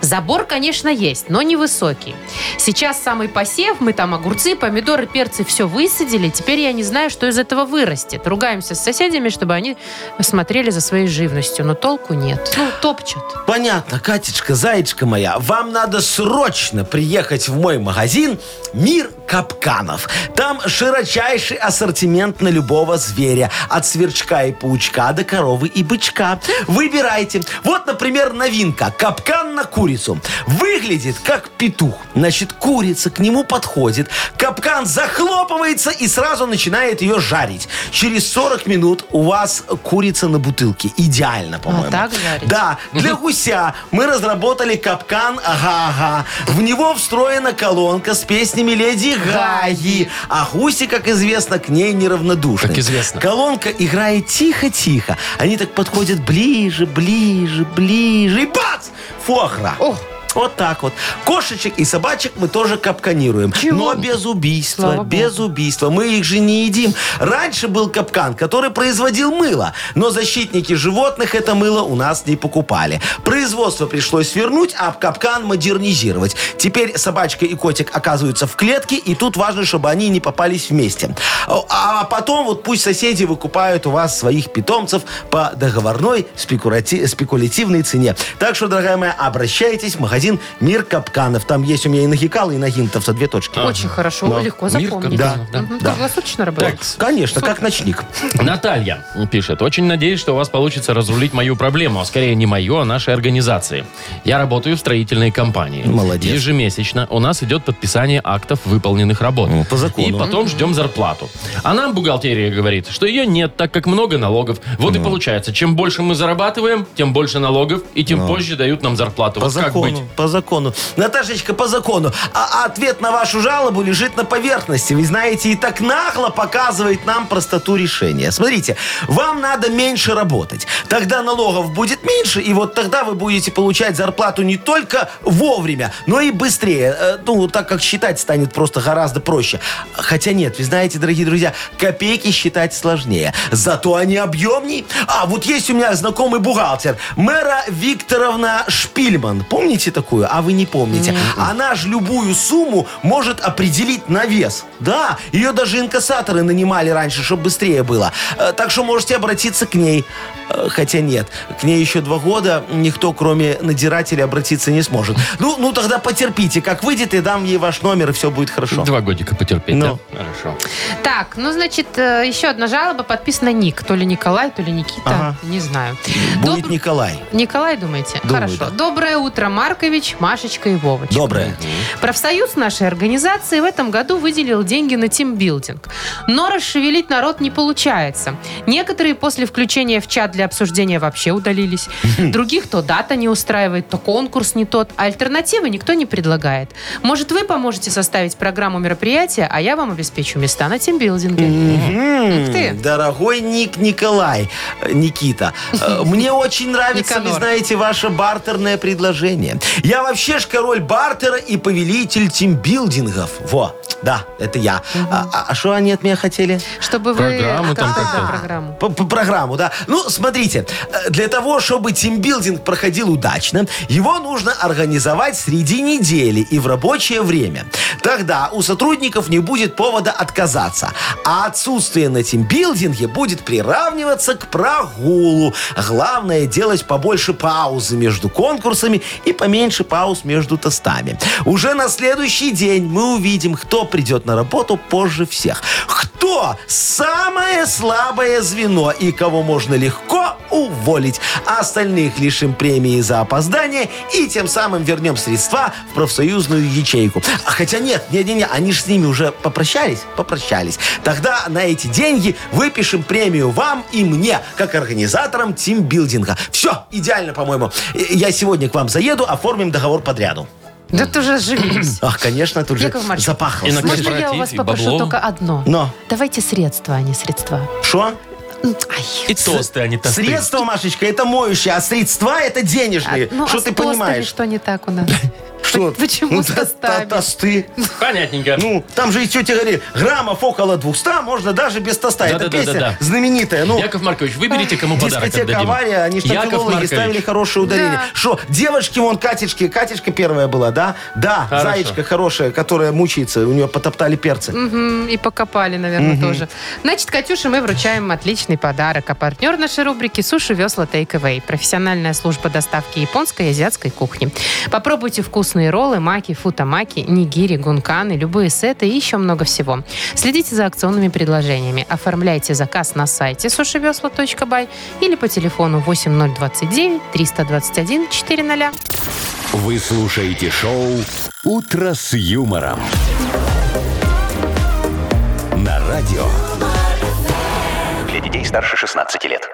C: Забор, конечно, есть, но невысокий. Сейчас самый посев, мы там огурцы, помидоры, перцы все высадили. Теперь я не знаю, что из этого вырастет. Ругаемся с соседями, чтобы они смотрели за своей живностью, но толку нет. Ну, топчут.
D: Понятно, Катечка, зайчка моя, вам надо срочно приехать в мой магазин «Мир капканов». Там широчайший ассортимент на любого зверя. От сверчка и паучка до коровы и бычка. Выбирайте. Вот, например, новинка. Капкан на курицу. Выглядит как петух. Значит, курица к нему подходит. Капкан захлопывается и сразу начинает ее жарить. Через 40 минут у вас курица на бутылке. Идеально, по-моему.
C: А так жарить?
D: Да, да, для гуся мы разработали капкан Гага. В него встроена колонка с песнями Леди Гаги. А гуси, как известно, к ней неравнодушны.
B: Как известно.
D: Колонка играет тихо-тихо. Они так подходят ближе, ближе, ближе. И бац! Фохра.
C: О!
D: Вот так вот. Кошечек и собачек мы тоже капканируем. Но без убийства.
C: Слава богу.
D: без убийства. Мы их же не едим. Раньше был капкан, который производил мыло. Но защитники животных это мыло у нас не покупали. Производство пришлось вернуть, а капкан модернизировать. Теперь собачка и котик оказываются в клетке, и тут важно, чтобы они не попались вместе. А а потом вот пусть соседи выкупают у вас своих питомцев по договорной спекурати- спекулятивной цене. Так что, дорогая моя, обращайтесь в магазин «Мир капканов». Там есть у меня и нагикал, и нагинтовца. Две точки.
C: Очень хорошо, легко
B: Мир
C: запомнить.
B: капканов, да.
C: Мгм, Круглосуточно работает.
D: Конечно, как ночник.
B: Наталья пишет. Очень надеюсь, что у вас получится разрулить мою проблему. А скорее не мою, а нашей организации. Я работаю в строительной компании.
D: Молодец.
B: Ежемесячно у нас идет подписание актов выполненных работ.
D: Ну, по закону.
B: И потом ждем зарплату. А нам бухгалтерия говорит, что ее нет, так как много налогов. Вот и
D: Ну.
B: получается, чем больше мы зарабатываем, тем больше налогов, и тем позже дают нам зарплату.
D: Ну. По
B: вот
D: закону,
B: как быть?
D: по закону. Наташечка, по закону. А а ответ на вашу жалобу лежит на поверхности. Вы знаете, и так нагло показывает нам простоту решения. Смотрите, вам надо меньше работать. Тогда налогов будет меньше, и вот тогда вы будете получать зарплату не только вовремя, но и быстрее. Э, Ну, так как считать станет просто гораздо проще. Хотя нет, вы знаете, дорогие друзья, копейки считать сложнее. Зато они объемней. А, вот есть у меня знакомый бухгалтер. Мэра Викторовна Шпильман. Помните такую? А вы не помните. Она же любую сумму может определить на вес. Да, ее даже инкассаторы нанимали раньше, чтобы быстрее было. Э, Так что можете обратиться к ней. Э, Хотя нет, к ней еще два года никто, кроме надирателя, обратиться не сможет. Ну, ну тогда потерпите. Как выйдет, я дам ей ваш номер, и все будет хорошо.
B: Два годика потерпеть,
D: Ну.
B: да? Хорошо.
C: Так, ну, значит, э, еще одна жалоба подписана Ник. То ли Николай, то ли Никита.
D: Ага.
C: Не знаю.
D: Будет
C: Доб-
D: Николай.
C: Николай, думаете?
D: Думаю,
C: Хорошо.
D: да.
C: Доброе утро, Маркович, Машечка и Вовочка.
D: Доброе.
C: Профсоюз нашей организации в этом году выделил деньги на тимбилдинг. Но расшевелить народ не получается. Некоторые после включения в чат для обсуждения вообще удалились. Других то дата не устраивает, то конкурс не тот. А альтернативы никто не предлагает. Может, вы поможете составить программу мероприятия, а я вам обеспечу места на тимбилдинге.
D: М,
C: Ух ты.
D: Дорогой Ник Николай, э, Никита, э, мне очень нравится, вы
C: Никанор.
D: знаете, ваше бартерное предложение. Я вообще ж король бартера и повелитель тимбилдингов. Во, да, это я. А что они от меня хотели?
C: Чтобы вы
B: Программу там
C: рассказали
B: как-то.
C: программу.
D: По, по программу, да. Ну, смотрите, э, для того, чтобы тимбилдинг проходил удачно, его нужно организовать среди недели и в рабочее время. Тогда у сотрудников не будет повода отказаться. А отсутствие на тимбилдинге будет приравниваться к прогулу. Главное делать побольше паузы между конкурсами и поменьше пауз между тостами. Уже на следующий день мы увидим, кто придет на работу позже всех. Кто Кто самое слабое звено и кого можно легко уволить? А Остальных лишим премии за опоздание и тем самым вернем средства в профсоюзную ячейку. А хотя нет, не, не, не, они же с ними уже попрощались, попрощались. Тогда на эти деньги выпишем премию вам и мне, как организаторам тимбилдинга. Все, идеально, по-моему. Э, Я сегодня к вам заеду, оформим договор подряду.
C: Да ты уже живись.
D: Ах, конечно, тут же
C: Яков Маркович,
D: запахло.
B: И на
D: Слышишь?
C: Можно я у
B: корпоратив,
C: вас
B: и
C: попрошу
B: бабло.
C: только одно?
D: Но,
C: Давайте средства, а не средства.
D: что?
C: Ну, Ай.
B: И тосты, а не тосты.
D: Средства, Машечка, это моющие, а средства это денежные.
C: А, ну,
D: что
C: а
D: ты
C: с тостами
D: понимаешь?
C: что не так у нас?
D: Что?
C: Почему
D: Ну,
C: с
D: та- та-
C: тостами?
D: тосты.
B: Понятненько.
D: Ну, там же и тетя говорит, граммов около 200 можно даже без тоста. Это
B: Да-да-да-да-да.
D: песня знаменитая. Ну, а
B: Яков Маркович, выберите, кому подарок
D: дискотека
B: отдадим.
D: авария, они же там
B: Яков
D: филологи
B: Маркович.
D: ставили хорошее ударение.
C: Да.
D: Что, девочки, вон, Катечки, Катечка первая была, да? Да,
B: Хорошо.
D: заячка хорошая, которая мучается, у нее потоптали перцы.
C: Мгм, И покопали, наверное, тоже. Значит, Катюше мы вручаем отличный подарок. А партнер нашей рубрики «Суши весла Takeaway» – профессиональная служба доставки японской и азиатской кухни. Попробуйте вкусные роллы, маки, футамаки, нигири, гунканы, любые сеты и еще много всего. Следите за акционными предложениями. Оформляйте заказ на сайте сушивесла.бай или по телефону 8029 321 400.
A: Вы слушаете шоу «Утро с юмором». На радио
E: Для детей старше 16 лет.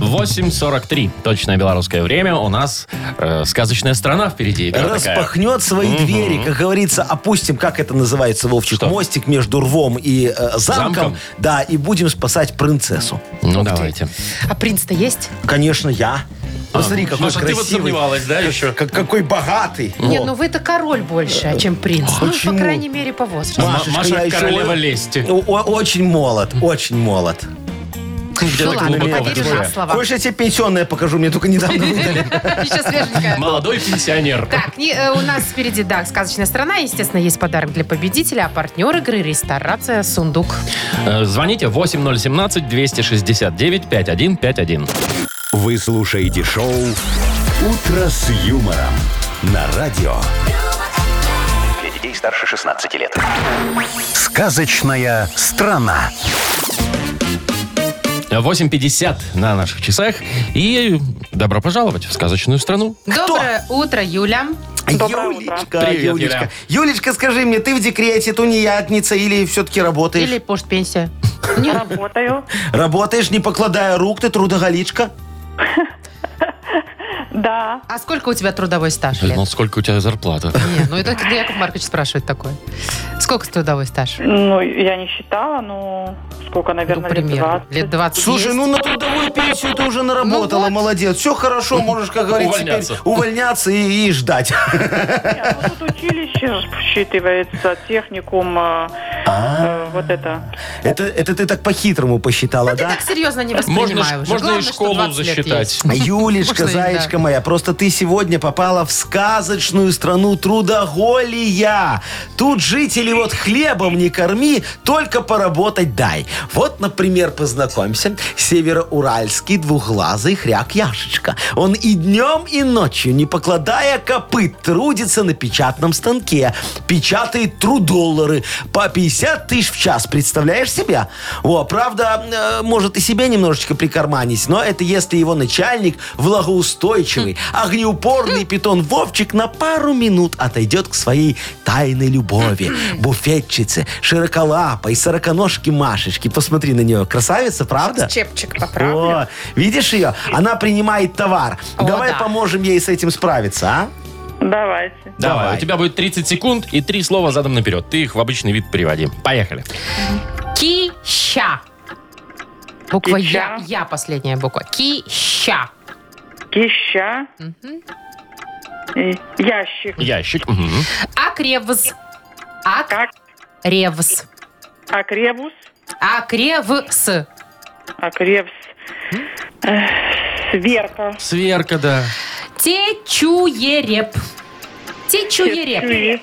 B: 8.43. Точное белорусское время. У нас э, сказочная страна впереди. Игра такая.
D: Распахнет свои двери, как говорится, опустим, как это называется, Вовчик,
B: Что?
D: мостик между рвом и э, замком,
B: Замком?
D: Да, и будем спасать принцессу.
B: Ну, давайте.
C: А принц-то есть?
D: Конечно, я. Посмотри, какой
B: А, Маша, ты вот
D: красивый.
B: сомневалась, да, еще?
D: Как- какой богатый.
C: Не,
D: Во.
C: ну вы-то король больше, чем принц. Ну, по
D: почему?
C: крайней мере, по возрасту.
B: А Ма-
D: Машечка,
B: Маша
D: я еще-
B: королева лести.
D: О- о- очень молод, очень молод.
C: Ну
B: Где-то
C: ладно,
B: глубоко в
C: поверю на
B: душе.
C: слово.
D: Хочешь, я тебе пенсионное покажу? Мне только недавно выдали.
C: Еще свеженькая.
B: Молодой пенсионер.
C: Так, не- э, у нас впереди, да, сказочная страна. Естественно, есть подарок для победителя, а партнер игры «Ресторация Сундук».
B: Э, Звоните 8017-269-5151.
A: вы слушаете шоу «Утро с юмором». На радио
E: Для детей старше 16 лет.
A: «Сказочная страна».
B: 8.50 на наших часах. И добро пожаловать в сказочную страну.
C: Доброе утро, Юля.
D: Юлечка,
B: Привет,
D: Юлечка. Юлечка, скажи мне, ты в декрете, тунеядница или все-таки работаешь?
C: Или пошт-пенсия.
G: Работаю.
D: Работаешь, не покладая рук, ты трудоголичка?
G: Да.
C: А сколько у тебя трудовой стаж лет?
B: Ну, сколько у тебя зарплата?
C: Не, ну это Яков Маркович спрашивает такое. Сколько трудовой стаж?
G: Ну, я не считала, но сколько,
C: Ну,
G: наверное, лет
C: примерно.
G: 20.
C: Лет 20
D: Слушай,
C: есть?
D: ну на трудовую пенсию ты уже наработала,
C: Ну вот.
D: молодец. Все хорошо, можешь, как говорится, теперь
B: Увольняться.
D: увольняться и, и ждать.
G: Нет, ну, тут училище ж считывается, техникум, э, э, вот это.
D: Это, это ты так по-хитрому посчитала,
C: Ты
D: да?
C: так серьезно не воспринимаю
B: Можно, ж-
C: уже.
B: можно
C: Главное,
B: и
C: что
B: школу
C: 20 лет
B: засчитать.
C: есть.
D: Юлечка,
C: Можно и
D: зайчка
C: да.
D: моя, просто ты сегодня попала в сказочную страну трудоголия. Тут жители вот хлебом не корми, только поработать дай. Вот, например, познакомься, североуральский двухглазый хряк Яшечка. Он и днем, и ночью, не покладая копыт, трудится на печатном станке. Печатает трудоллары по 50 тысяч в час, представляешь себя? Во, правда, э, может и себе немножечко прикарманить, но это если его начальник влагоустойчивый, огнеупорный питон Вовчик на пару минут отойдет к своей тайной любови, буфетчице, широколапой, сороконожке Машечке. Посмотри на нее, красавица, правда?
C: Чепчик поправлю.
D: О, видишь ее? Она принимает товар.
C: О,
D: Давай
C: да.
D: поможем ей с этим справиться, а?
G: Давайте.
B: Давай.
D: Давай.
B: У тебя будет 30 секунд и три слова задом наперед. Ты их в обычный вид переводи. Поехали.
C: Кища. Буква Я.
G: Кища.
C: Я последняя буква. Кища.
G: Кища. И Ящик.
B: Ящик. Мгм.
C: Акревс.
G: Как?
C: Акревс.
G: Акребус.
C: Акревс.
G: Акребс. Эх, Сверка.
B: Сверка, да.
C: Течуереп. Течуереп.
G: Чуи.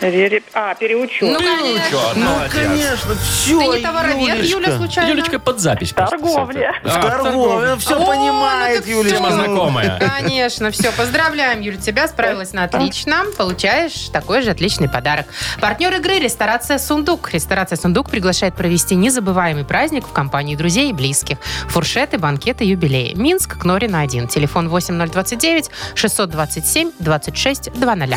G: Пере- А, переучу.
C: Ну, конечно.
B: Чё, молодец.
D: Конечно, все.
C: Ты не товаровед, Юля, случайно?
B: Юлечка под запись. просто
G: Торговля.
B: всё это. А, торговля.
D: все
C: О, ну
D: понимает,
C: так
D: Юлечка.
B: Тема знакомая.
C: Конечно, все, поздравляем, Юль, тебя справилась на отлично. Получаешь такой же отличный подарок. Партнер игры «Ресторация Сундук». «Ресторация Сундук» приглашает провести незабываемый праздник в компании друзей и близких. Фуршеты, банкеты, юбилеи. Минск, Кнорина 1. Телефон 8029 627 26 00.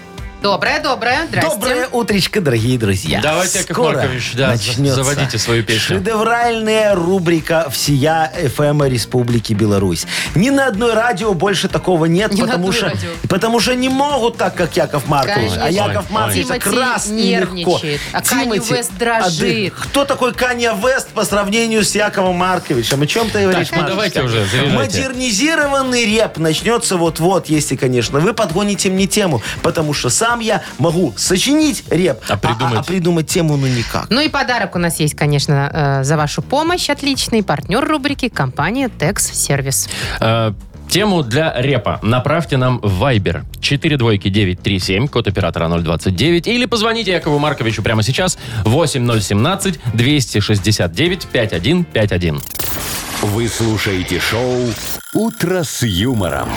C: Доброе, доброе. Здрасте.
D: Доброе утречко, дорогие друзья.
B: Давайте, Яков
D: Скоро
B: Маркович, да,
D: начнется
B: заводите свою песню.
D: Шедевральная рубрика «Всея ФМ Республики Беларусь». Ни на одной радио больше такого нет,
C: Ни на
D: потому,
C: одной
D: что,
C: радио.
D: потому что не могут так, как Яков Маркович.
C: Конечно.
D: А Яков
B: Ой,
D: Маркович
C: ой.
D: так раз и легко.
C: Тимати нервничает, а Канье
D: Тимати,
C: Уэст дрожит.
D: отдых. Кто такой Канья Вест по сравнению с Яковом Марковичем? О чем ты говоришь,
B: ну давайте
D: Машечка?
B: уже, заряжайте.
D: Модернизированный реп начнется вот-вот, если, конечно, вы подгоните мне тему, потому что сам я могу сочинить реп,
B: А придумать?
D: а придумать тему ну никак.
C: Ну и подарок у нас есть, конечно, э, за вашу помощь отличный. Партнер рубрики компания Текс Сервис.
B: Э, Тему для репа направьте нам в Viber 42937, код оператора 029, или позвоните Якову Марковичу прямо сейчас 8017-269-5151.
A: Вы слушаете шоу «Утро с юмором».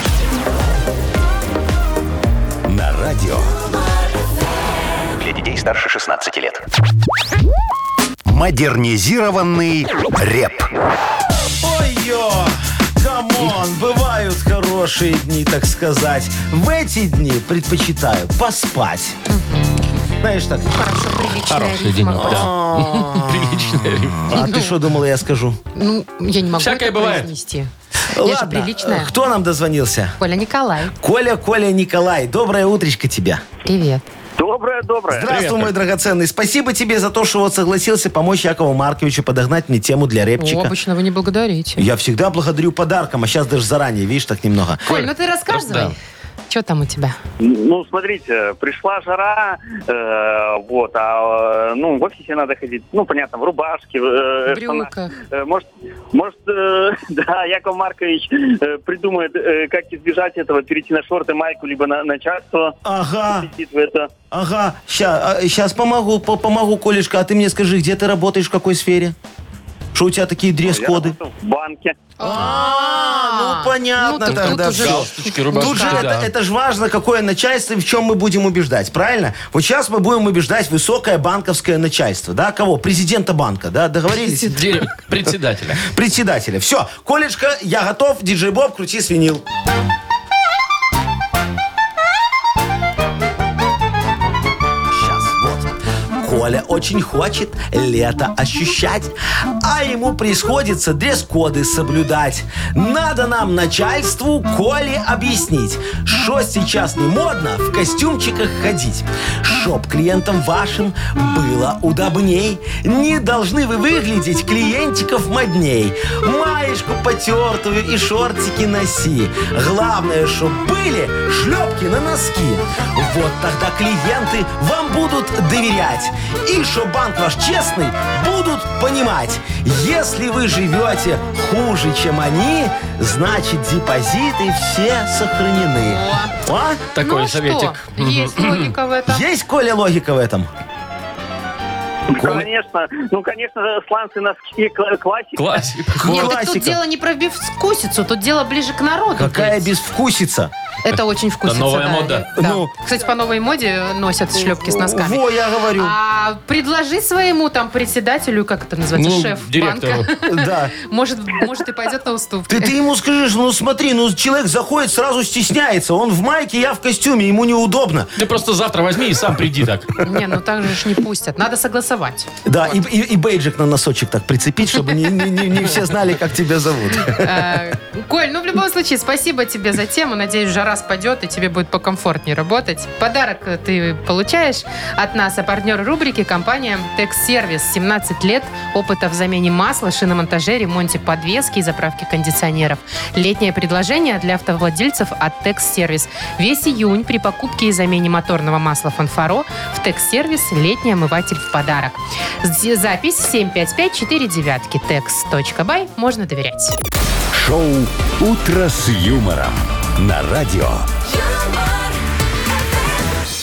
A: На радио
E: Для детей старше 16 лет.
A: «Модернизированный реп».
D: Ой-ё! Камон, бывают хорошие дни, так сказать. В эти дни предпочитаю поспать. Знаешь так,
C: Хорошо, приличная
B: Хороший
C: рифма.
B: денек, да. Приличная рифма.
D: а ты что думала, я скажу?
C: Ну, я не могу
B: Всякое
C: это
B: бывает.
C: произнести. Я же приличная.
D: кто нам дозвонился?
C: Коля Николай,
D: Коля, Коля, Николай, доброе утречко тебе.
C: привет.
H: Доброе-доброе.
D: Здравствуй,
B: Привет,
D: мой драгоценный. Спасибо тебе за то, что вот согласился помочь Якову Марковичу подогнать мне тему для
C: О,
D: репчика.
C: обычно вы не благодарите.
D: Я всегда благодарю подарком, а сейчас даже заранее, видишь, так немного.
C: Коль, ну ты рассказывай.
B: Да.
C: Что там у тебя?
H: Ну, смотрите, пришла жара, э, вот, а, э, ну, в офисе надо ходить, ну, понятно, в рубашке.
C: В
H: э,
C: брюках.
D: ну,
H: э, Может, может э, да, Яков Маркович э, придумает, э, как избежать этого, перейти на шорты, майку, либо на начальство.
I: А.
D: Ага,
H: Сидит в это.
D: ага. Сейчас помогу, по- помогу, Колешка. А ты мне скажи, где ты работаешь, в какой сфере? Что у тебя такие
H: Я
D: дресс-коды?
H: работал в банке.
D: А, ну понятно
C: Ну, так
D: тогда
C: тут уже-
D: всё.
B: Галстучки, рубашки,
D: Тут же
B: да.
D: это, это ж важно, какое начальство и в чем мы будем убеждать, правильно? Вот сейчас мы будем убеждать высокое банковское начальство, да? Кого? Президента банка, да? Договорились?
B: Дерев- Председателя.
D: Председателя. Все, Колечка, я готов. Диджей Боб, крути свинил. Сейчас, вот. Коля очень хочет лето ощущать, а ему приходится дресс-коды соблюдать. Надо нам начальству Коле объяснить, что сейчас не модно в костюмчиках ходить. Чтоб клиентам вашим было удобней, не должны вы выглядеть клиентиков модней. Маечку потертую и шортики носи. Главное, чтоб были шлепки на носки. Вот тогда клиенты вам будут доверять. И что банк ваш честный, будут понимать. Если вы живете хуже, чем они, значит депозиты все сохранены. А?
B: Такой
C: ну,
B: советик.
C: Что? Есть логика в этом.
D: Есть, Коля, логика в этом?
H: Конечно, ну, конечно, сланцы, носки, кла- классика.
B: Классик.
C: Нет, так
D: классика.
C: тут дело не про бифскусицу, тут дело ближе к народу.
D: Какая
C: блин.
D: безвкусица.
C: Это очень вкусно.
B: новая мода.
D: Ну.
C: Кстати, по новой моде носят шлепки с носками.
D: Во, я говорю.
C: А предложи своему там председателю, как это называется,
B: Ну,
C: шеф
B: директору.
C: банка.
D: Да.
C: Может, может и пойдет на
D: Ты,
C: уступки.
D: ты ему скажешь, ну смотри, ну человек заходит, сразу стесняется. Он в майке, я в костюме, ему неудобно.
B: Ты просто завтра возьми и сам приди так.
C: Не, ну так же ж не пустят. Надо согласовать.
D: Да, и, и- и бейджик на носочек так прицепить, чтобы не, не- не- не все знали, как тебя зовут.
C: Э, Коль, ну в любом случае, спасибо тебе за тему. Надеюсь, жара жара спадет, и тебе будет покомфортнее работать. Подарок э, ты получаешь от нас, а партнер рубрики – компания «Текс-сервис». 17 лет опыта в замене масла, шиномонтаже, ремонте подвески и заправке кондиционеров. Летнее предложение для автовладельцев от «Текс-сервис». Весь июнь при покупке и замене моторного масла «Фанфаро» в «Текс-сервис» летний омыватель в подарок. З- Запись 75549 tex.by. Можно доверять.
A: Шоу «Утро с юмором» на радио.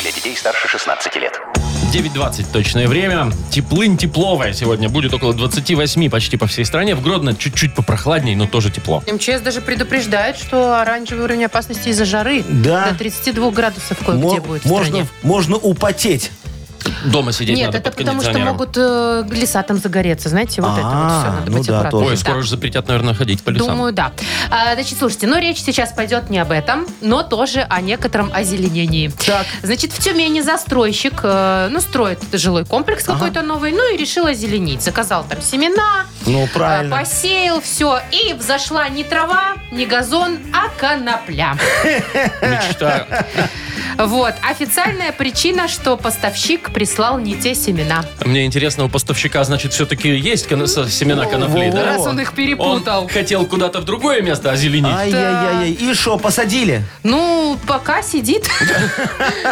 E: Для детей старше 16 лет.
B: 9.20 точное время. Теплынь тепловая сегодня. Будет около 28 почти по всей стране. В Гродно чуть-чуть попрохладнее, но тоже тепло.
C: МЧС даже предупреждает, что оранжевый уровень опасности из-за жары
D: Да.
C: до 32 градусов кое-где
D: Мо-
C: будет в
D: можно,
C: стране.
D: можно употеть.
B: Дома сидеть
C: Нет,
B: надо
C: это
B: под
C: потому что
B: кондиционером.
C: могут э, леса там загореться, знаете, вот это вот
D: А,
C: все, надо
D: ну
C: быть
D: да,
C: аккуратным.
D: тоже.
B: Ой,
C: Да.
B: скоро же запретят, наверное, ходить по лесам.
C: Думаю, да. А, значит, слушайте, но речь сейчас пойдет не об этом, но тоже о некотором озеленении.
D: Так.
C: Значит, в Тюмени застройщик, э, ну, строит жилой комплекс какой-то новый, ну, и решил озеленить. Заказал там семена,
D: Ну,
C: э,
D: правильно.
C: посеял все, и взошла не трава, не газон, а конопля. э.
B: Мечта.
C: Вот. Официальная причина, что поставщик прислал не те семена.
B: Мне интересно, у поставщика, значит, все-таки есть кон- со- семена конопли,
D: во,
B: да?
C: Раз он их перепутал.
B: Он хотел куда-то в другое место озеленить.
D: А Ай-яй-яй-яй. И что, посадили?
C: Ну, пока сидит.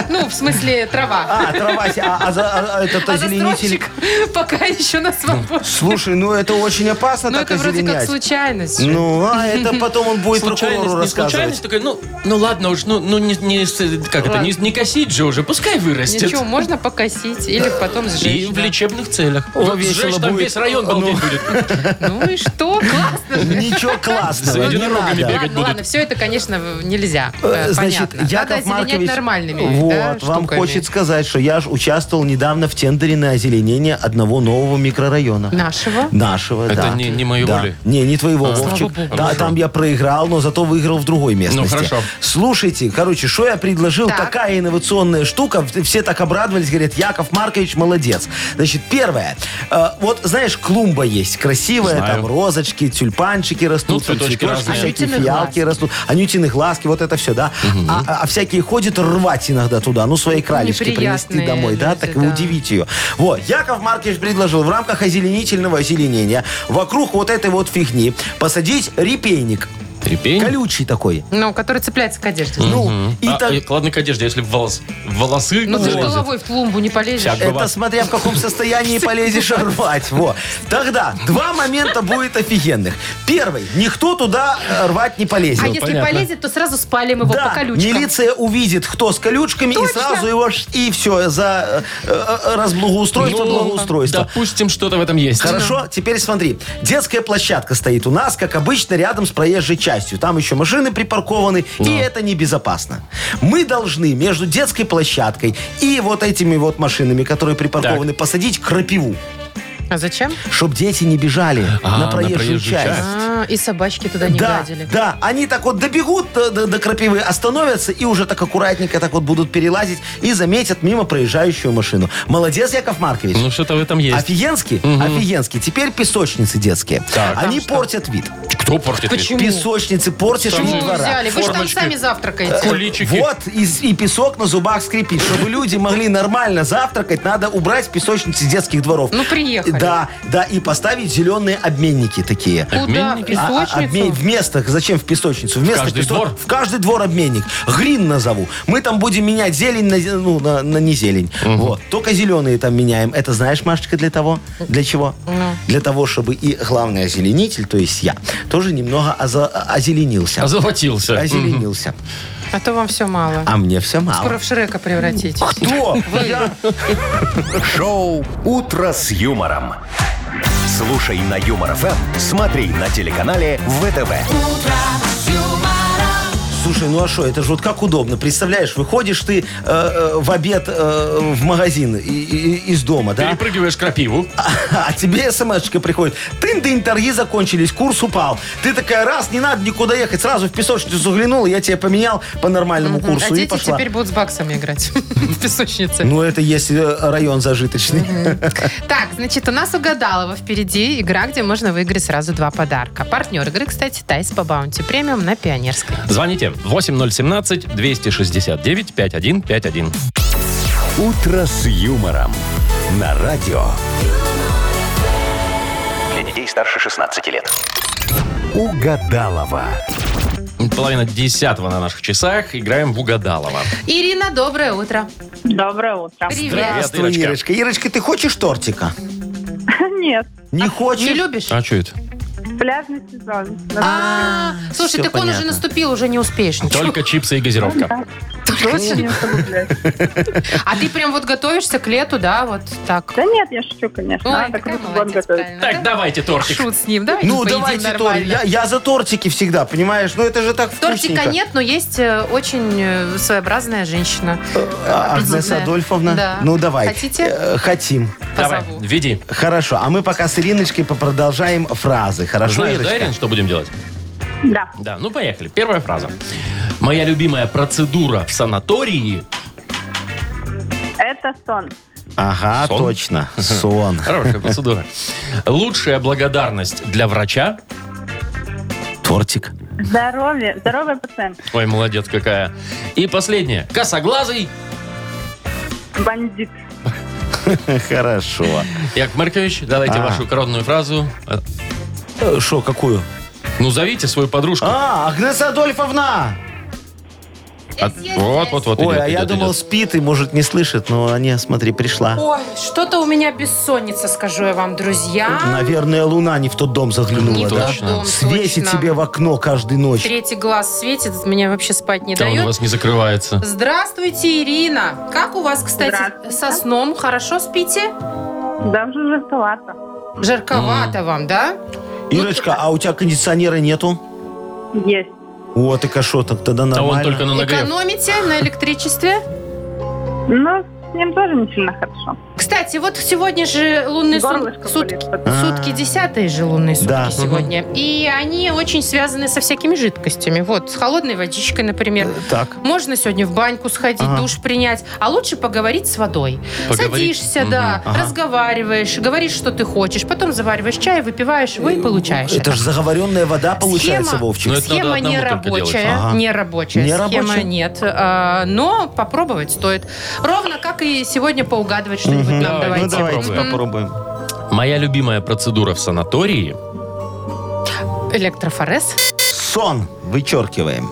C: Ну, в смысле, трава.
D: А, трава, се- а, а за- а- а этот
C: А
D: озеленитель.
C: застройщик пока еще на свободе.
D: Слушай, ну это очень опасно
C: Ну,
D: так
C: это вроде как
D: озеленять.
C: случайность.
D: Ну, а это потом он будет
B: Случайность,
D: прокурору
B: не случайность,
D: рассказывать.
B: такой, ну, ну ладно уж, ну, ну не, не с- как это, не, не косить же уже, пускай вырастет.
C: Ничего, можно покосить или потом
B: И
C: сжечь.
B: в
C: да.
B: лечебных целях.
D: О,
B: Вот
D: весело
B: сжечь, там
D: будет.
B: весь район балдеть будет.
C: Ну и что? Классно же.
D: Ничего классного, Ну, не
B: единорогами бегать.
D: надо.
C: Ладно,
B: будут.
C: ладно, все это, конечно, в- нельзя.
D: Э,
C: Э,
D: Значит,
C: Понятно.
D: Яков
C: Надо озеленять
D: Маркович,
C: нормальными
D: вот,
C: да,
D: вам
C: штуками.
D: хочет сказать, что я же участвовал недавно в тендере на озеленение одного нового микрорайона.
C: Нашего?
D: Нашего,
B: Это
D: да.
B: не- не моей
D: Да.
B: воли. А,
D: Не, не твоего,
B: Слава
D: Вовчик.
B: богу.
D: Да,
B: Хорошо. Ну,
D: там я проиграл, но зато выиграл в другой местности.
B: хорошо.
D: Слушайте, короче, что я предложил?
C: Так.
D: Такая инновационная штука. Все так обрадовались, говорят, Яков Маркович молодец. Значит, первое. Э, вот, знаешь, клумба есть красивая,
B: Знаю.
D: там розочки, тюльпанчики
B: Ну,
D: растут, там
B: цветочки разные.
D: всякие,
C: Анютины
D: фиалки
C: глазки.
D: растут, анютины глазки, вот это все, да. А, а- а всякие ходят рвать иногда туда, ну, свои кралечки принести
C: Неприятные
D: домой, да,
C: люди,
D: так вы
C: да.
D: удивитесь купить ее. Вот, Яков Маркович предложил в рамках озеленительного озеленения вокруг вот этой вот фигни посадить репейник.
B: Трепень.
D: Колючий такой.
C: Ну, который цепляется к одежде.
D: Ну, и
B: А,
D: так-
B: и ладно к одежде, если в, волос, в волосы
C: Ну, ты же
B: залезет.
C: головой в клумбу не полезешь.
B: Всяк.
D: Это
B: бывает.
D: смотря в каком состоянии полезешь рвать. Во. Тогда два момента будет офигенных. Первый. Никто туда э, рвать не полезет.
C: А если
B: Ну, понятно.
C: полезет, то сразу спалим его по
D: Да,
C: колючкам.
D: милиция увидит, кто с колючками, и
C: Точно.
D: сразу его ш- и все за э, э, разблагоустройство,
B: Ну,
D: благоустройство.
B: Допустим, что-то в этом есть.
D: Хорошо, теперь смотри. Детская площадка стоит у нас, как обычно, рядом с проезжей частью. Там еще машины припаркованы, и это небезопасно. Мы должны между детской площадкой и вот этими вот машинами, которые припаркованы, посадить крапиву,
C: А зачем?
D: чтобы дети не бежали
B: А,
D: на
B: на
D: проезжую,
B: проезжую
D: часть.
B: часть.
C: А, и собачки туда не
D: Да,
C: гадили.
D: да, они так вот добегут э, до, до- до крапивы, остановятся и уже так аккуратненько так вот будут перелазить и заметят мимо проезжающую машину. Молодец, Яков Маркович.
B: Ну, что-то в этом есть.
D: Офигенский? Офигенский. Теперь песочницы детские.
B: Так.
D: Они портят вид.
B: Кто портит вид?
C: Почему?
D: Песочницы портишь
B: Там же
D: вид
C: Почему вы
D: двора.
C: взяли? Вы же там
B: формочки. Э,
C: сами завтракаете.
B: Куличики.
D: Вот, и, и песок на зубах скрипит. Чтобы люди могли нормально завтракать, надо убрать песочницы детских дворов.
C: Ну, приехали.
D: Да, да, и поставить зеленые обменники такие.
C: Куда?
B: Обменники?
D: А- а- обмен-
C: Песочницу?
D: в местах. Зачем в песочницу? В местах
B: каждый
D: песо-
B: двор?
D: В каждый двор обменник. Грин назову. Мы там будем менять зелень на, зе- ну, на, на не зелень. Вот. Только зеленые там меняем. Это знаешь, Машечка, для того? Для чего?
C: Ну.
D: Для того, чтобы и главный озеленитель, то есть я, тоже немного оза- озеленился.
B: Озолотился.
D: Озеленился.
C: А то вам все мало.
D: А мне все мало.
C: Скоро в Шрека превратитесь.
D: Кто? Я?
A: Шоу «Утро с юмором». Слушай на Юмор ФМ, смотри на телеканале ВТВ.
D: Слушай, ну а что, это же вот как удобно. Представляешь, выходишь ты э, э, в обед э, в магазин и- и- из дома, да?
B: Перепрыгиваешь крапиву.
D: А тебе смс-очка приходит. Тын-дынь, торги закончились, курс упал. Ты такая, раз, не надо никуда ехать, сразу в песочницу заглянул, я тебя поменял по нормальному курсу
C: А
D: и
C: дети
D: пошла.
C: теперь будут с баксами играть в песочнице.
D: Ну, это если э, район зажиточный.
C: Так, значит, у нас угадалова впереди игра, где можно выиграть сразу два подарка. Партнер игры, кстати, Тайс по баунти премиум на Пионерской.
B: Звоните. Звоните 8017-269-5151.
A: «Утро с юмором» на радио.
E: Для детей старше 16 лет.
A: Угадалова.
B: Половина десятого на наших часах. Играем в Угадалова.
C: Ирина, доброе утро.
G: Доброе утро.
C: Привет.
D: Здравствуй,
B: Ирочка.
D: Ирочка. Ирочка, ты хочешь тортика?
G: Нет,
D: Не хочешь?
C: Не любишь?
B: А что это?
G: пляжный сезон.
C: А, слушай,
D: всё
C: так он уже
D: понятно.
C: наступил, уже не успеешь ничего.
B: Только чипсы и газировка.
G: Лучше не усугублять.
C: А ты прям вот готовишься к лету, да, вот так?
G: Да нет, я шучу, конечно.
C: Ой,
G: Надо
C: какая
G: круглый год
C: молодец,
G: готовить.
C: правильно.
B: Так, давайте тортик.
C: Шут с ним, давайте
D: Ну,
C: поедим
D: давайте тортик.
C: нормально.
D: Я, я за тортики всегда, понимаешь? Ну, это же так вкусненько.
C: Тортика нет, но есть э, очень э, своеобразная женщина.
D: А, Агнеса
C: Аппетитная.
D: Адольфовна?
C: Да.
D: Ну, давай.
C: Хотите?
D: Э, хотим.
B: Давай,
C: Позову.
B: веди.
D: Хорошо. А мы пока с Ириночкой продолжаем фразы. Хорошо,
B: Знаешь, да,
D: А Ирочка?
B: Ирин, что будем делать?
G: Да.
B: Да, ну поехали. Первая фраза. Моя любимая процедура в санатории.
G: Это сон.
D: Ага,
B: Сон?
D: точно. Сон.
B: Хорошая процедура. Лучшая благодарность для врача.
D: Тортик.
G: Здоровье. Здоровый пациент.
B: Ой, молодец какая. И последнее. Косоглазый.
G: Бандит.
D: Хорошо.
B: Яков Маркович, давайте
D: А.
B: вашу коронную фразу. Э,
D: Э, Шо, какую?
B: Ну, зовите свою подружку.
D: А, Агнеса Адольфовна!
B: От- Вот, вот, вот.
D: Ой,
B: идет,
D: а я
B: идет,
D: думал,
B: идет.
D: спит и, может, не слышит, но не, смотри, пришла.
C: Ой, что-то у меня бессонница, скажу я вам, друзья.
D: Наверное, луна не в тот дом заглянула,
C: Не в
D: да?
B: тот
C: дом,
D: Светит
C: точно.
D: тебе в окно каждую ночь.
C: Третий глаз светит, меня вообще спать не
B: Да он у
C: дает.
B: вас не закрывается.
C: Здравствуйте, Ирина. Как у вас, кстати,
G: Здравствуйте.
C: со сном? Хорошо спите?
G: Да, уже жестовато.
C: Жарковато вам, да?
D: Ирочка, а у тебя кондиционера нету?
G: Есть.
D: О, ты кашо, так тогда
B: А
D: нормально.
B: он только на ногре.
C: Экономите на электричестве?
G: Но с ним тоже не сильно хорошо.
C: Кстати, вот сегодня же лунные сун-
G: Горлышко
C: сутки.
G: болит.
C: Сутки десятые же лунные сутки
D: А. Да.
C: сегодня. И они очень связаны со всякими жидкостями. Вот, с холодной водичкой, например.
D: Э, Так.
C: Можно сегодня в баньку сходить,
D: Ага.
C: душ принять, а лучше поговорить с водой.
B: Поговорить?
C: Садишься,
B: Мгм.
C: да,
D: Ага.
C: разговариваешь, говоришь, что ты хочешь, потом завариваешь чай, выпиваешь его и получаешь.
D: Э, Это же заговоренная вода получается,
C: Схема.
D: Вовчик.
B: Ну, это надо
C: Схема
B: одному
C: не
B: только делать. а?
C: рабочая,
D: Ага.
C: не рабочая,
D: Не
C: схема
D: рабочая?
C: нет, а, но попробовать стоит. Ровно как и сегодня поугадывать что-нибудь
D: Мгм.
C: нам
B: Давай,
C: давайте.
D: ну, давайте
B: попробуем.
D: попробуем.
B: Моя любимая процедура в санатории.
C: Электрофорез.
D: Сон вычеркиваем.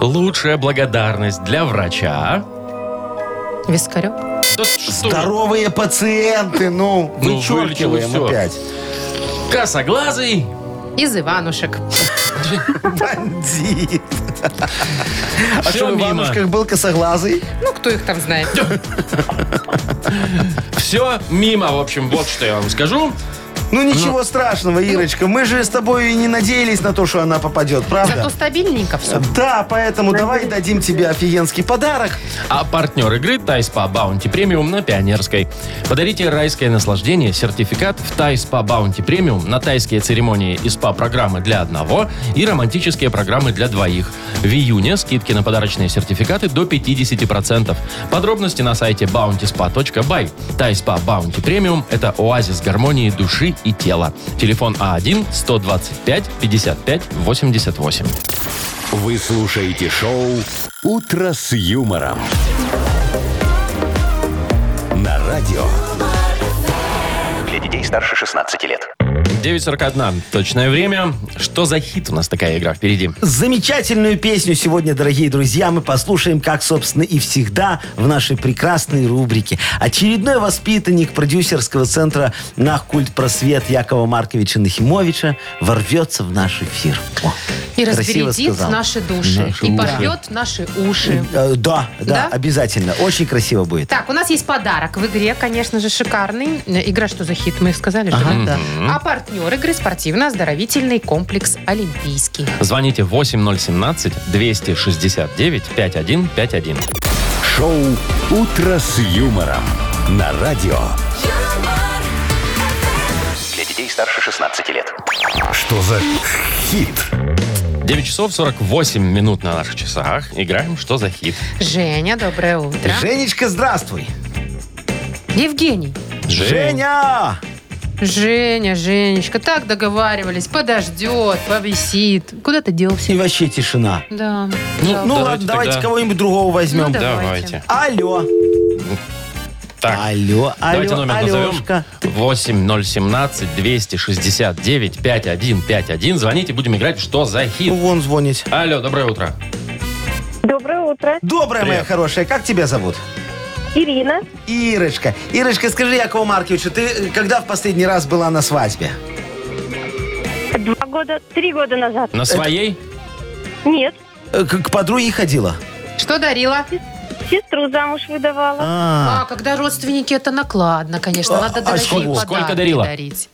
B: Лучшая благодарность для врача.
C: Вискарек.
B: Да что же,
D: Здоровые пациенты, ну,
B: Ну, вылечил и
D: вычеркиваем
B: всё.
D: опять.
B: Косоглазый.
C: Из Иванушек.
D: Бандит. А
B: Всё
D: что, в
B: мимо.
D: Иванушках был косоглазый?
C: Ну, кто их там знает?
B: Все мимо, в общем, вот что я вам скажу.
D: Ну, ничего страшного, Ирочка. Мы же с тобой и не надеялись на то, что она попадет,
C: Зато
D: правда?
C: стабильненько все.
D: Да, поэтому давай дадим тебе офигенский подарок.
B: А партнер игры Тайс по Баунти Премиум на Пионерской. Подарите райское наслаждение, сертификат в Тайс по Баунти Премиум на тайские церемонии и СПА-программы для одного и романтические программы для двоих. В июне скидки на подарочные сертификаты до 50%. Подробности на сайте bountyspa.by. Тайс по Баунти Премиум – это оазис гармонии души и тела. Телефон А А1-125-55-88.
A: Вы слушаете шоу «Утро с юмором». На радио.
E: Для детей старше 16 лет.
B: 9.41. Точное время. Что за хит у нас такая игра впереди?
D: Замечательную песню сегодня, дорогие друзья, мы послушаем, как, собственно, и всегда в нашей прекрасной рубрике. Очередной воспитанник продюсерского центра «Нах культ просвет» Якова Марковича Нахимовича ворвется в наш эфир. О,
C: И
D: красиво
C: разбередит
D: сказал.
C: наши души.
B: Наши
C: и
B: уши.
C: польет наши уши.
D: Э, Да,
C: Да?
D: да, обязательно. Очень красиво будет.
C: Так, у нас есть подарок в игре, конечно же, шикарный. Э, Игра «Что за хит?» Мы сказали, что...
D: Ага,
C: ли?
D: да.
C: А партнер игры спортивно-оздоровительный комплекс «Олимпийский».
B: Звоните 8017-269-5151.
A: Шоу «Утро с юмором». На радио.
E: Для детей старше 16 лет.
A: Что за хит?
B: 9 часов 48 минут на наших часах. Играем «Что за хит?»
C: Женя, доброе утро.
D: Женечка, здравствуй.
C: Евгений,
B: Жень,
D: Женя!
C: Женя, Женечка, так договаривались, подождет, повисит. Куда ты делся?
D: И вообще тишина.
C: Да.
B: Ну,
C: да.
D: Ну
B: Давайте
D: ладно, давайте
B: тогда.
D: кого-нибудь другого возьмем.
C: Ну, да.
B: Давайте.
C: Давайте.
D: Алло.
B: Так.
D: Алло,
B: Давайте
D: алло,
B: номер
D: Алешка.
B: назовем. 8017-269-5151. Звоните, будем играть в «Что за хит?».
D: Вон звонить.
B: Алло, доброе утро.
J: Доброе утро.
D: Добрая моя
B: Привет.
D: хорошая, как тебя зовут?
J: Ирина.
D: Ирочка. Ирочка, скажи, Якову Марковичу, ты э, когда в последний раз была на свадьбе?
J: Два года, три года назад.
B: На своей?
J: Нет,
D: Э, К, к подруге ходила?
C: Что дарила?
J: сестру замуж выдавала.
D: А,
C: А, когда родственники, это накладно, конечно.
D: А,
C: Надо
D: а
C: дорогие
D: сколько-
C: подарки
B: сколько дарила?
C: дарить.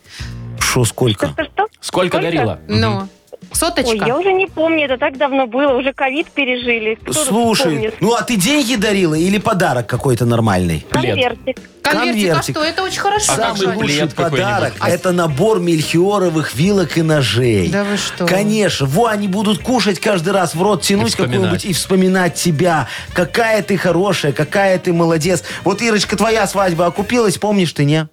D: шо, сколько?
J: Что, что?
B: Сколько дарила? Мгм.
C: Ну,
J: Ой, я
C: соточка.
J: уже не помню, это так давно было, уже ковид пережили. Кто тут
D: Слушай,
J: вспомнит?
D: ну а ты деньги дарила или подарок какой-то нормальный?
B: Плед.
J: Конвертик.
C: Конвертик, а
D: конвертик.
C: что? Это очень хорошо.
B: А как же
C: Жаль.
B: плед
D: лучший
B: какой-нибудь?
D: подарок
B: А-
D: это набор мельхиоровых вилок и ножей.
C: Да вы что?
D: Конечно. Во, они будут кушать каждый раз в рот, тянуть
B: вспоминать.
D: какую-нибудь и вспоминать тебя. Какая ты хорошая, какая ты молодец. Вот, Ирочка, твоя свадьба окупилась, помнишь ты, не?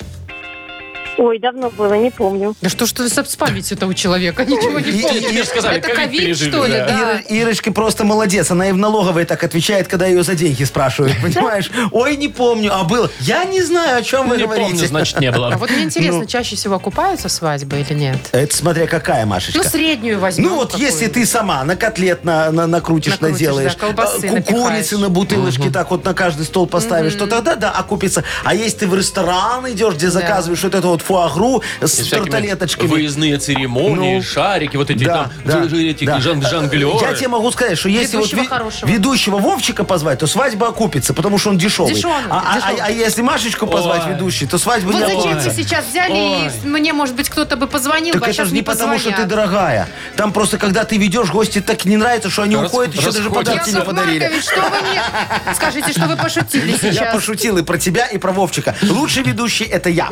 J: Ой, давно было, не помню.
C: Да что ж ты с с памятью-то у человека? Ничего
D: И-
C: не
D: и-
C: помню.
D: и-
B: Тебе же сказали,
C: Это
B: ковид
C: ковид,
B: пережили,
C: что ли?
B: да.
C: Да.
D: Ира- Ирочка просто молодец. Она и в налоговой так отвечает, когда ее за деньги спрашивают, понимаешь? Ой, не помню, а было. Я не знаю, о чем вы
B: Не
D: говорите.
B: помню, значит, не
C: А
B: было.
C: вот
D: Ну.
C: мне интересно, чаще всего окупаются свадьбы или нет?
D: Это смотря какая, Машечка.
C: Ну, среднюю возьмем.
D: Ну вот
C: какую.
D: если ты сама на котлет на, на- накрутишь,
C: Накрутишь,
D: наделаешь,
C: да, колбасы
D: э,
C: напихаешь.
D: кукурицы на бутылочке так вот на каждый стол поставишь, то тогда, да, окупится. А если ты в ресторан идешь, где заказываешь вот эту вот фуагру
B: И
D: с
B: всякими
D: тарталеточками,
B: Выездные церемонии,
D: Ну,
B: шарики, вот эти
D: да,
B: там
D: да,
B: ж- эти
D: да.
B: жон- жонглеры.
D: Я тебе могу сказать, что если вот
C: Ведущего
D: ви-
C: хорошего.
D: ведущего Вовчика позвать, то свадьба окупится, потому что он дешевый.
C: Дешевый,
D: а, а-
C: дешевый.
D: а- а если Машечку позвать
B: Ой.
D: ведущий, то свадьба
C: Вот
D: не
C: зачем
D: окупится.
C: вы сейчас взяли, и мне, может быть, кто-то бы позвонил,
D: Так
C: бы, а
D: это
C: сейчас
D: же не потому, что ты
C: позвонят.
D: дорогая. Там просто, когда ты ведешь, гости так не нравится, что они
B: Рас-
D: уходят, еще даже
B: расходятся.
D: подарки не
C: Яков
D: подарили.
C: Маркович, что вы мне... Скажите, что вы пошутили
D: Я
C: сейчас.
D: пошутил и про тебя, и про Вовчика. Лучший ведущий это я.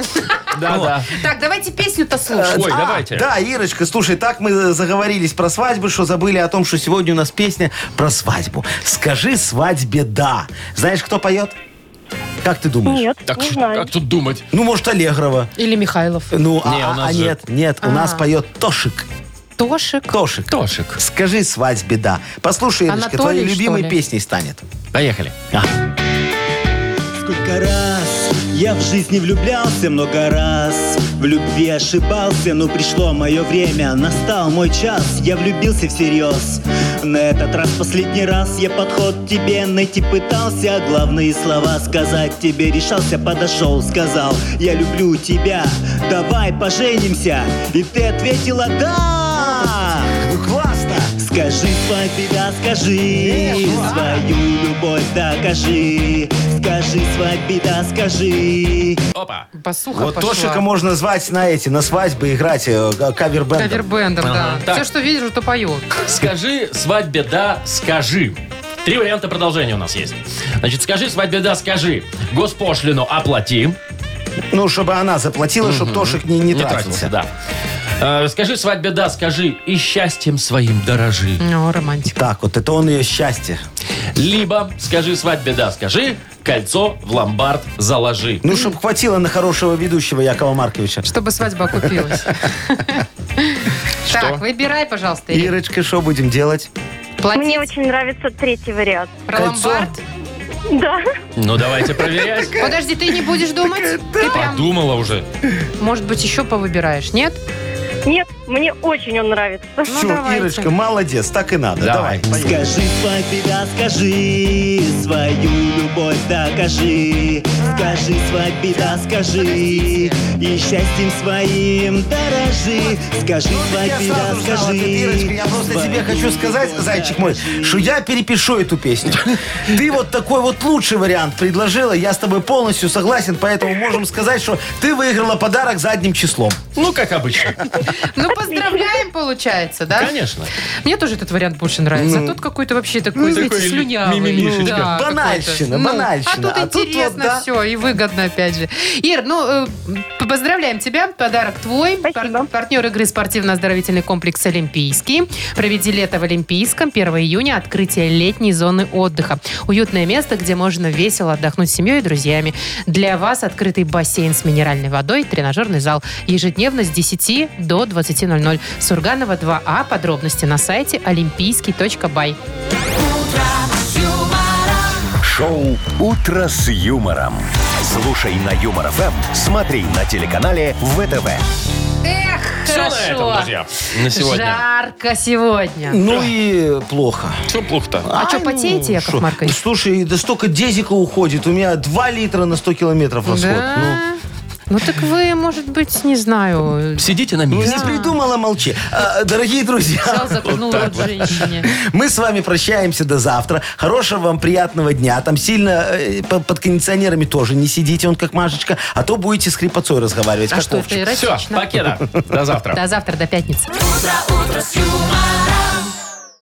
B: Да, да.
C: Так, давайте песню-то слушать.
B: Ой,
D: А,
B: давайте.
D: Да, Ирочка, слушай, так мы заговорились про свадьбы, что забыли о том, что сегодня у нас песня про свадьбу. Скажи свадьбе да. Знаешь, кто поет? Как ты думаешь?
J: Нет,
B: Так
J: не
B: что-
J: знаю.
B: как тут думать?
D: Ну, может, Аллегрова.
C: Или Михайлов.
D: Ну,
B: Не,
D: а,
B: у нас
D: а
B: же-
D: нет, нет, у нас
C: А.
D: поет Тошик.
C: Тошик.
D: Тошик.
B: Тошик.
D: Скажи свадьбе да. Послушай, Ирочка, твоей
C: Анатолий, что
D: любимой
C: ли?
D: песней станет.
B: Поехали.
I: Сколько раз я в жизни влюблялся, много раз в любви ошибался, но пришло мое время, настал мой час, я влюбился всерьез. На этот раз последний раз я подход к тебе найти пытался, главные слова сказать тебе решался, подошел, сказал, я люблю тебя, давай поженимся, и ты ответила да.
D: Ну, классно.
I: Скажи свой беда, скажи свою любовь докажи. Скажи свой беда, скажи.
B: Опа.
C: Басуха
D: Вот
C: пошла.
D: Тошика можно звать на эти, на свадьбы играть э, г- кавербэндом.
C: Кавербендом, да.
B: Ага, так.
C: Все, что вижу, то пою.
B: Скажи свадьбе да, скажи. Три варианта продолжения у нас есть. Значит, скажи свадьбе да, скажи. Госпошлину оплати.
D: Ну, чтобы она заплатила, чтобы Тошик не, не, тратился.
B: да. Э, скажи свадьбе да, скажи. И счастьем своим дорожи.
C: Ну, романтик.
D: Так вот, это он ее счастье.
B: Либо скажи свадьбе да, скажи. Кольцо в ломбард заложи.
D: Ну, чтобы хватило на хорошего ведущего Якова Марковича.
C: Чтобы свадьба окупилась. Так, выбирай, пожалуйста, Ирина.
D: Ирочка, что будем делать?
C: Платить.
J: Мне очень нравится третий вариант.
C: Про
D: Кольцо.
C: ломбард.
J: Да.
B: Ну, давайте проверять.
C: Подожди, ты не будешь думать? Ты прям,
B: Подумала уже.
C: может быть, еще повыбираешь, нет?
J: Нет, мне очень он нравится.
D: Всё,
C: давайте.
D: Ирочка, молодец, так и надо.
B: Давай.
D: Давай. поехали.
I: Скажи свой беда, скажи свою любовь докажи. Скажи свой беда, скажи и счастьем своим дорожи. Скажи свой
D: Я
I: беда,
D: сразу знал
I: скажи.
D: ответ, Ирочка, я просто
I: свою
D: тебе хочу сказать,
I: любовь
D: зайчик мой,
I: докажи.
D: что я перепишу эту песню. Ты вот такой вот лучший вариант предложила, я с тобой полностью согласен, поэтому можем сказать, что ты выиграла подарок задним числом.
B: Ну, как обычно.
C: Ну, поздравляем, получается, да?
B: Конечно. Ну,
C: Мне тоже этот вариант больше нравится. А тут какой-то вообще такой, знаете,
B: такой
C: слюнявый.
B: мимимишечка.
C: Да,
D: Банальщина,
C: какой-то. Ну,
D: банальщина.
C: А
D: А
C: тут
D: тут вот,
C: интересно
D: да.
C: все. и выгодно, опять же. Ир, ну, э, поздравляем тебя. Подарок твой. Пар- партнер игры спортивно-оздоровительный комплекс «Олимпийский». Проведи лето в Олимпийском. 1 июня открытие летней зоны отдыха. Уютное место, где можно весело отдохнуть с семьей и друзьями. Для вас открытый бассейн с минеральной водой, тренажерный зал. Ежедневно с 10 до 20.00. Сурганова 2А. Подробности на сайте олимпийский.бай.
A: Шоу «Утро с юмором». Слушай на Юмор ФМ, смотри на телеканале ВТВ.
C: Эх,
B: Все на этом, друзья, на сегодня.
C: Жарко сегодня.
D: Ну и плохо.
B: Что плохо-то?
C: А
D: Ай,
C: что, потеете, Яков
D: шо.
C: Маркович?
D: Слушай, да столько дезика уходит. У меня 2 литра на 100 километров расход.
C: Да? Ну так вы, может быть, не знаю,
B: Сидите на
D: Ну,
B: месте.
D: не придумала, молчи. А, дорогие друзья,
C: все загнуло от женщине.
D: мы с вами прощаемся до завтра. Хорошего вам приятного дня. Там сильно э, по- под кондиционерами тоже не сидите, он как Машечка, а то будете с хрипотцой разговаривать,
C: А
D: как
C: что,
D: Вовчик.
C: это
B: Все,
C: эротично?
B: покеда. До завтра.
C: До завтра, до пятницы.
K: Утро, утро с юмором.